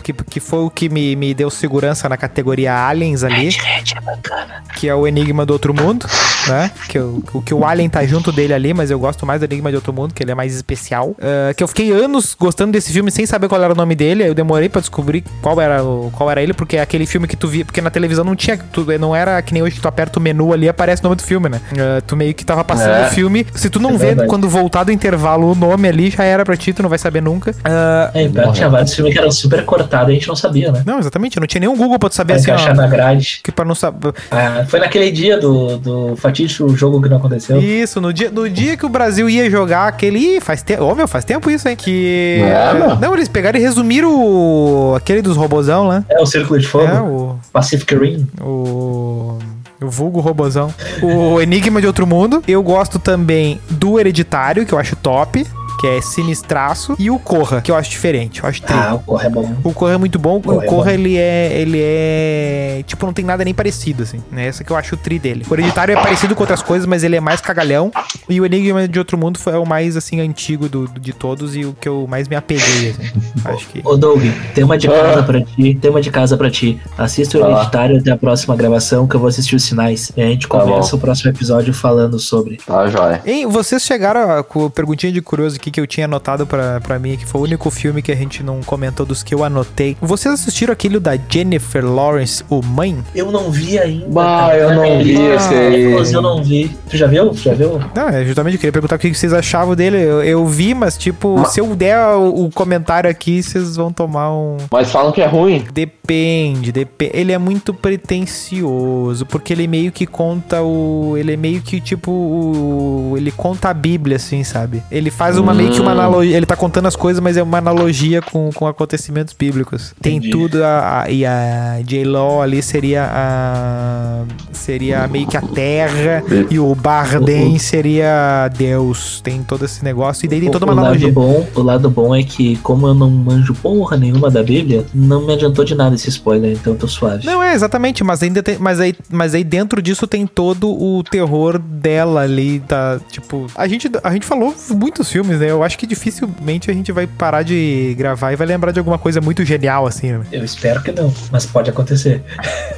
Speaker 2: Que, que foi o que me, me deu segurança na categoria Aliens ali.
Speaker 1: Red é bacana.
Speaker 2: que é o Enigma do Outro Mundo, né? Que o, o que o Alien tá junto dele ali, mas eu gosto mais do Enigma de Outro Mundo, que ele é mais especial. Ah, que eu fiquei anos gostando desse filme sem saber qual era o nome dele, aí eu demorei pra descobrir qual era, o, qual era ele, porque é aquele filme que tu via, porque na televisão não tinha, tu, não era que nem hoje que tu aperta o menu ali e aparece o nome do filme, né? Ah, tu meio que tava passando
Speaker 4: É.
Speaker 2: o filme, se tu não
Speaker 1: É
Speaker 2: vê
Speaker 1: verdade.
Speaker 2: quando voltar do intervalo o nome ali, já era pra ti, tu não vai saber nunca. Ah,
Speaker 1: É, e pior que tinha vários filmes que eram super cortados, a gente não sabia, né?
Speaker 2: Não, exatamente. Eu não tinha nenhum Google pra tu saber
Speaker 1: Pra
Speaker 2: assim,
Speaker 1: encaixar
Speaker 2: ó.
Speaker 1: na grade.
Speaker 2: Que pra não saber.
Speaker 1: Ah, foi naquele dia do, do fatídico jogo que não aconteceu.
Speaker 2: Isso, no dia, no dia que o Brasil ia jogar aquele. Ih, faz tempo. Ô, meu, faz tempo isso, hein? Que.
Speaker 4: É, meu.
Speaker 2: não, eles pegaram e resumiram o... aquele dos robozão lá.
Speaker 1: É o Círculo de Fogo,
Speaker 2: É, o.
Speaker 1: Pacific Rim.
Speaker 2: O. O vulgo robozão. O Enigma de Outro Mundo. Eu gosto também do Hereditário, que eu acho top. Que é sinistraço. E o Corra, que eu acho diferente. Eu acho tri.
Speaker 1: Ah, o Corre é bom.
Speaker 2: O Corra é muito bom.
Speaker 1: Corra
Speaker 2: o
Speaker 1: é
Speaker 2: Corra,
Speaker 1: bom.
Speaker 2: ele é. Ele é. Tipo, não tem nada nem parecido, assim. Né? Essa que eu acho o tri dele. O Hereditário é parecido com outras coisas, mas ele é mais cagalhão. E o Enigma de Outro Mundo foi o mais, assim, antigo do, do- de todos e o que eu mais me apeguei, assim. Acho que.
Speaker 1: Ô Doug, tema de casa pra ti, tema de casa pra ti. Assista o
Speaker 4: Tá Ah. lá.
Speaker 1: Hereditário até a próxima gravação, que eu vou assistir os sinais. E a gente
Speaker 4: Tá
Speaker 1: começa
Speaker 4: bom.
Speaker 1: o próximo episódio falando sobre.
Speaker 4: Tá, joia.
Speaker 2: Hein, vocês chegaram a- com a perguntinha de curioso aqui que eu tinha anotado pra, pra mim, que foi o único filme que a gente não comentou dos que eu anotei. Vocês assistiram aquele da Jennifer Lawrence, O Mãe?
Speaker 1: Eu não vi ainda.
Speaker 4: Bah,
Speaker 1: cara.
Speaker 4: eu não vi
Speaker 1: Ah,
Speaker 4: esse aí.
Speaker 1: Nicolas, Eu não vi. Tu já viu? Tu já viu?
Speaker 2: Não, é justamente eu queria perguntar o que vocês achavam dele. Eu, eu vi, mas tipo, se eu der o, o comentário aqui, vocês vão tomar um.
Speaker 4: Mas falam que é ruim.
Speaker 2: Depende, depende. Ele é muito pretencioso, porque ele meio que conta o. Ele é meio que tipo. O, ele conta a Bíblia, assim, sabe? Ele faz uma meio que uma
Speaker 4: Hum.
Speaker 2: analogia. Ele tá contando as coisas, mas é uma analogia com, com acontecimentos bíblicos. Tem
Speaker 1: Entendi.
Speaker 2: tudo. a- a- e a J-Law ali seria a. Seria meio que a terra. E o Bardem seria Deus. Tem todo esse negócio. E daí tem toda uma
Speaker 1: o, lado
Speaker 2: analogia.
Speaker 1: bom, o lado bom é que, como eu não manjo porra nenhuma da Bíblia, não me adiantou de nada esse spoiler, então eu tô suave.
Speaker 2: Não, é, exatamente, mas ainda tem, mas aí, mas aí dentro disso tem todo o terror dela ali, tá, tipo, a gente, a gente falou muitos filmes, né, eu acho que dificilmente a gente vai parar de gravar e vai lembrar de alguma coisa muito genial, assim, né?
Speaker 1: Eu espero que não, mas pode acontecer.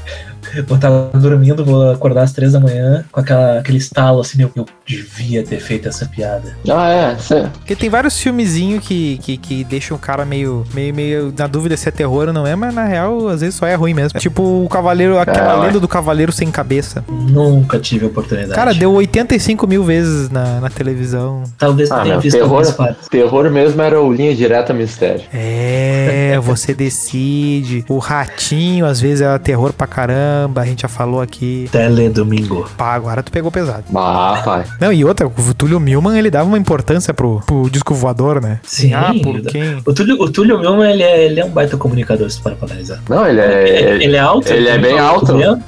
Speaker 1: Vou estar dormindo, vou acordar às três da manhã com aquela, aquele estalo assim, meu, eu devia ter feito essa piada.
Speaker 4: Ah, é. cê-
Speaker 2: Porque tem vários filmezinhos que, que, que deixam o cara meio, meio, meio na dúvida se é terror ou não é, mas na real, às vezes só é ruim mesmo. Tipo, o Cavaleiro, aquela
Speaker 4: ué.
Speaker 2: lenda do Cavaleiro Sem Cabeça.
Speaker 1: Nunca tive oportunidade.
Speaker 2: Cara, deu 85 mil vezes na, na televisão.
Speaker 1: Talvez
Speaker 4: Ah,
Speaker 1: tenha
Speaker 4: meu,
Speaker 1: visto
Speaker 4: terror,
Speaker 1: algumas partes.
Speaker 4: terror mesmo era o Linha Direta Mistério.
Speaker 2: É, você decide. O ratinho, às vezes, era terror pra caramba. A gente já falou aqui.
Speaker 1: Teledomingo.
Speaker 2: Pá, agora tu pegou pesado.
Speaker 4: Ah, pai.
Speaker 2: Não, e outra, o Túlio Milman, ele dava uma importância pro, pro disco voador, né?
Speaker 1: Sim,
Speaker 2: Ah, por
Speaker 1: ele dá-
Speaker 2: quem?
Speaker 1: O Túlio, o Túlio Milman, ele é, ele é um baita comunicador, se tu para pra analisar.
Speaker 4: Não, ele é.
Speaker 1: Ele, ele é alto?
Speaker 4: ele é bem alto.
Speaker 1: 1,90?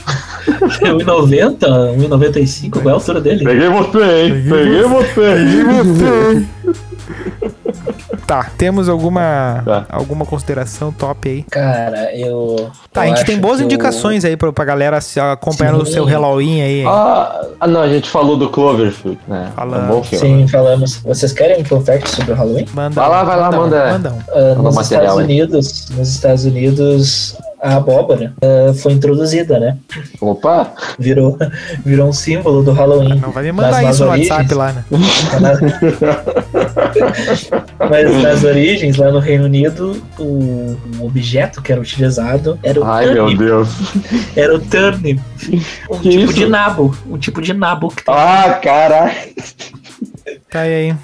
Speaker 1: 1,90, 1,95, qual é a altura dele?
Speaker 4: Peguei você, hein?
Speaker 2: Peguei
Speaker 4: você.
Speaker 2: Tá, temos alguma,
Speaker 4: Tá.
Speaker 2: alguma consideração top aí?
Speaker 1: Cara, eu.
Speaker 2: Tá, a
Speaker 1: eu
Speaker 2: gente tem
Speaker 1: acho
Speaker 2: boas
Speaker 1: que eu-
Speaker 2: indicações aí pra, pra galera se acompanhar no
Speaker 1: Sim.
Speaker 2: seu Halloween aí. hein?
Speaker 4: Ah, ah, não, a gente falou do Cloverfield, né?
Speaker 2: Falamos.
Speaker 4: Um bom filme.
Speaker 1: Sim, falamos. Vocês querem um confete sobre o Halloween?
Speaker 2: Manda
Speaker 4: Vai lá,
Speaker 2: um,
Speaker 4: vai lá,
Speaker 2: um,
Speaker 4: manda.
Speaker 2: um.
Speaker 1: Ah,
Speaker 4: Fala
Speaker 1: nos
Speaker 4: material,
Speaker 1: Estados
Speaker 4: hein?
Speaker 1: Unidos, nos Estados Unidos, a abóbora ah, foi introduzida, né?
Speaker 4: Opa!
Speaker 1: Virou, virou um símbolo do Halloween.
Speaker 2: Não vai me mandar
Speaker 1: Nas- nas
Speaker 2: isso no
Speaker 1: origens.
Speaker 2: WhatsApp lá, né?
Speaker 1: Mas nas origens, lá no Reino Unido, o, o objeto que era utilizado era o
Speaker 4: Ai, meu
Speaker 1: turnip.
Speaker 4: Deus.
Speaker 1: Era o turnip. Um
Speaker 4: Que
Speaker 1: tipo
Speaker 4: isso?
Speaker 1: de nabo. Um tipo de nabo. que tem.
Speaker 4: Ah, caralho.
Speaker 2: Tá aí. hein?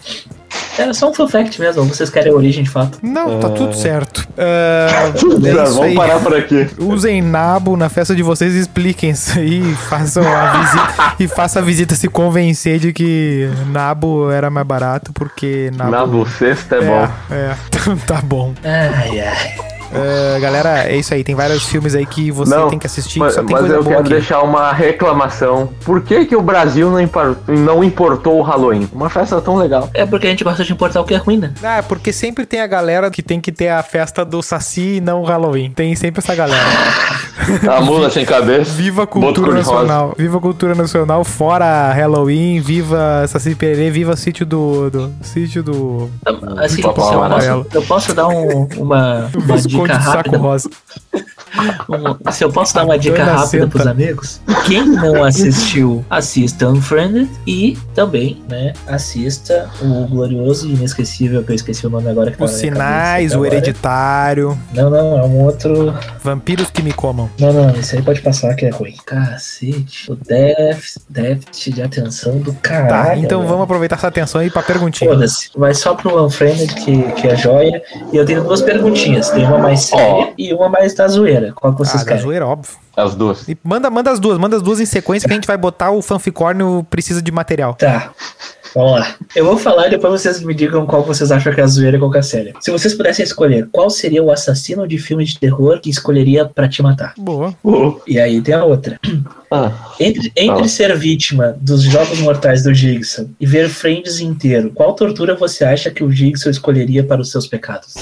Speaker 1: Era só um fun fact mesmo. Vocês querem a origem de fato?
Speaker 2: Não, tá
Speaker 1: É.
Speaker 2: tudo certo. Ah, é isso
Speaker 4: Vamos
Speaker 2: aí.
Speaker 4: parar por aqui.
Speaker 2: Usem nabo na festa de vocês e expliquem isso aí. e Façam a visita, e faça a visita se convencer de que nabo era mais barato, porque nabo.
Speaker 4: Na bucesta é bom.
Speaker 2: Tá É, então tá bom.
Speaker 1: Ai, ai.
Speaker 2: Ah, galera, é isso aí. Tem vários filmes aí que você
Speaker 4: Não,
Speaker 2: tem que assistir.
Speaker 4: Mas,
Speaker 2: só tem
Speaker 4: mas
Speaker 2: coisa
Speaker 4: eu
Speaker 2: boa
Speaker 4: quero
Speaker 2: aqui.
Speaker 4: deixar uma reclamação. Por que, que o Brasil não, impar- não importou o Halloween? Uma festa tão legal.
Speaker 1: É porque a gente gosta de importar o que é ruim, né?
Speaker 2: Ah, porque sempre tem a galera que tem que ter a festa do Saci e não o Halloween. Tem sempre essa galera.
Speaker 4: A mula sem cabeça.
Speaker 2: Viva a
Speaker 4: Boto
Speaker 2: cultura
Speaker 4: cor-de-rosa.
Speaker 2: nacional. Viva a cultura nacional, fora Halloween, viva Saci Pererê, viva sítio do. do sítio do.
Speaker 1: Assim,
Speaker 4: Ah, Papai
Speaker 1: se eu,
Speaker 4: Amarelo.
Speaker 1: posso, eu posso dar um- uma, uma
Speaker 2: Visconde
Speaker 1: dica
Speaker 2: do Saco
Speaker 1: rápida.
Speaker 2: Rosa.
Speaker 1: Um- Se eu posso dar uma dica
Speaker 2: Dona
Speaker 1: rápida
Speaker 2: Senta.
Speaker 1: pros amigos, quem não assistiu, assista Unfriended e também, né, assista o glorioso e inesquecível, que eu esqueci o nome agora. Que tá
Speaker 2: Os
Speaker 1: na minha
Speaker 2: sinais,
Speaker 1: cabeça
Speaker 2: o
Speaker 1: agora.
Speaker 2: hereditário,
Speaker 1: Não, não, é um outro...
Speaker 2: vampiros que me comam.
Speaker 1: Não, não, isso aí pode passar que é ruim. Cacete, o déficit, déficit de atenção do
Speaker 2: Tá,
Speaker 1: caralho.
Speaker 2: então
Speaker 1: velho.
Speaker 2: vamos aproveitar essa atenção aí pra perguntinha.
Speaker 1: Foda-se, vai só pro Unfriended, que, que é joia. E eu tenho duas perguntinhas. Tem uma mais séria e uma mais da zoeira. Qual que vocês
Speaker 2: Ah, da
Speaker 1: querem?
Speaker 2: zoeira, óbvio.
Speaker 4: As duas.
Speaker 2: E manda, manda as duas, manda as duas em sequência que a gente vai botar o fanficórnio precisa de material.
Speaker 1: Tá. Vamos lá. Eu vou falar e depois vocês me digam qual vocês acham que é a zoeira e qual que é a séria. Se vocês pudessem escolher, qual seria o assassino de filme de terror que escolheria pra te matar?
Speaker 2: Boa.
Speaker 1: E aí tem a outra.
Speaker 4: Ah,
Speaker 1: Entre, entre
Speaker 4: Fala.
Speaker 1: ser vítima dos Jogos Mortais do Jigsaw e ver Friends inteiro, qual tortura você acha que o Jigsaw escolheria para os seus pecados?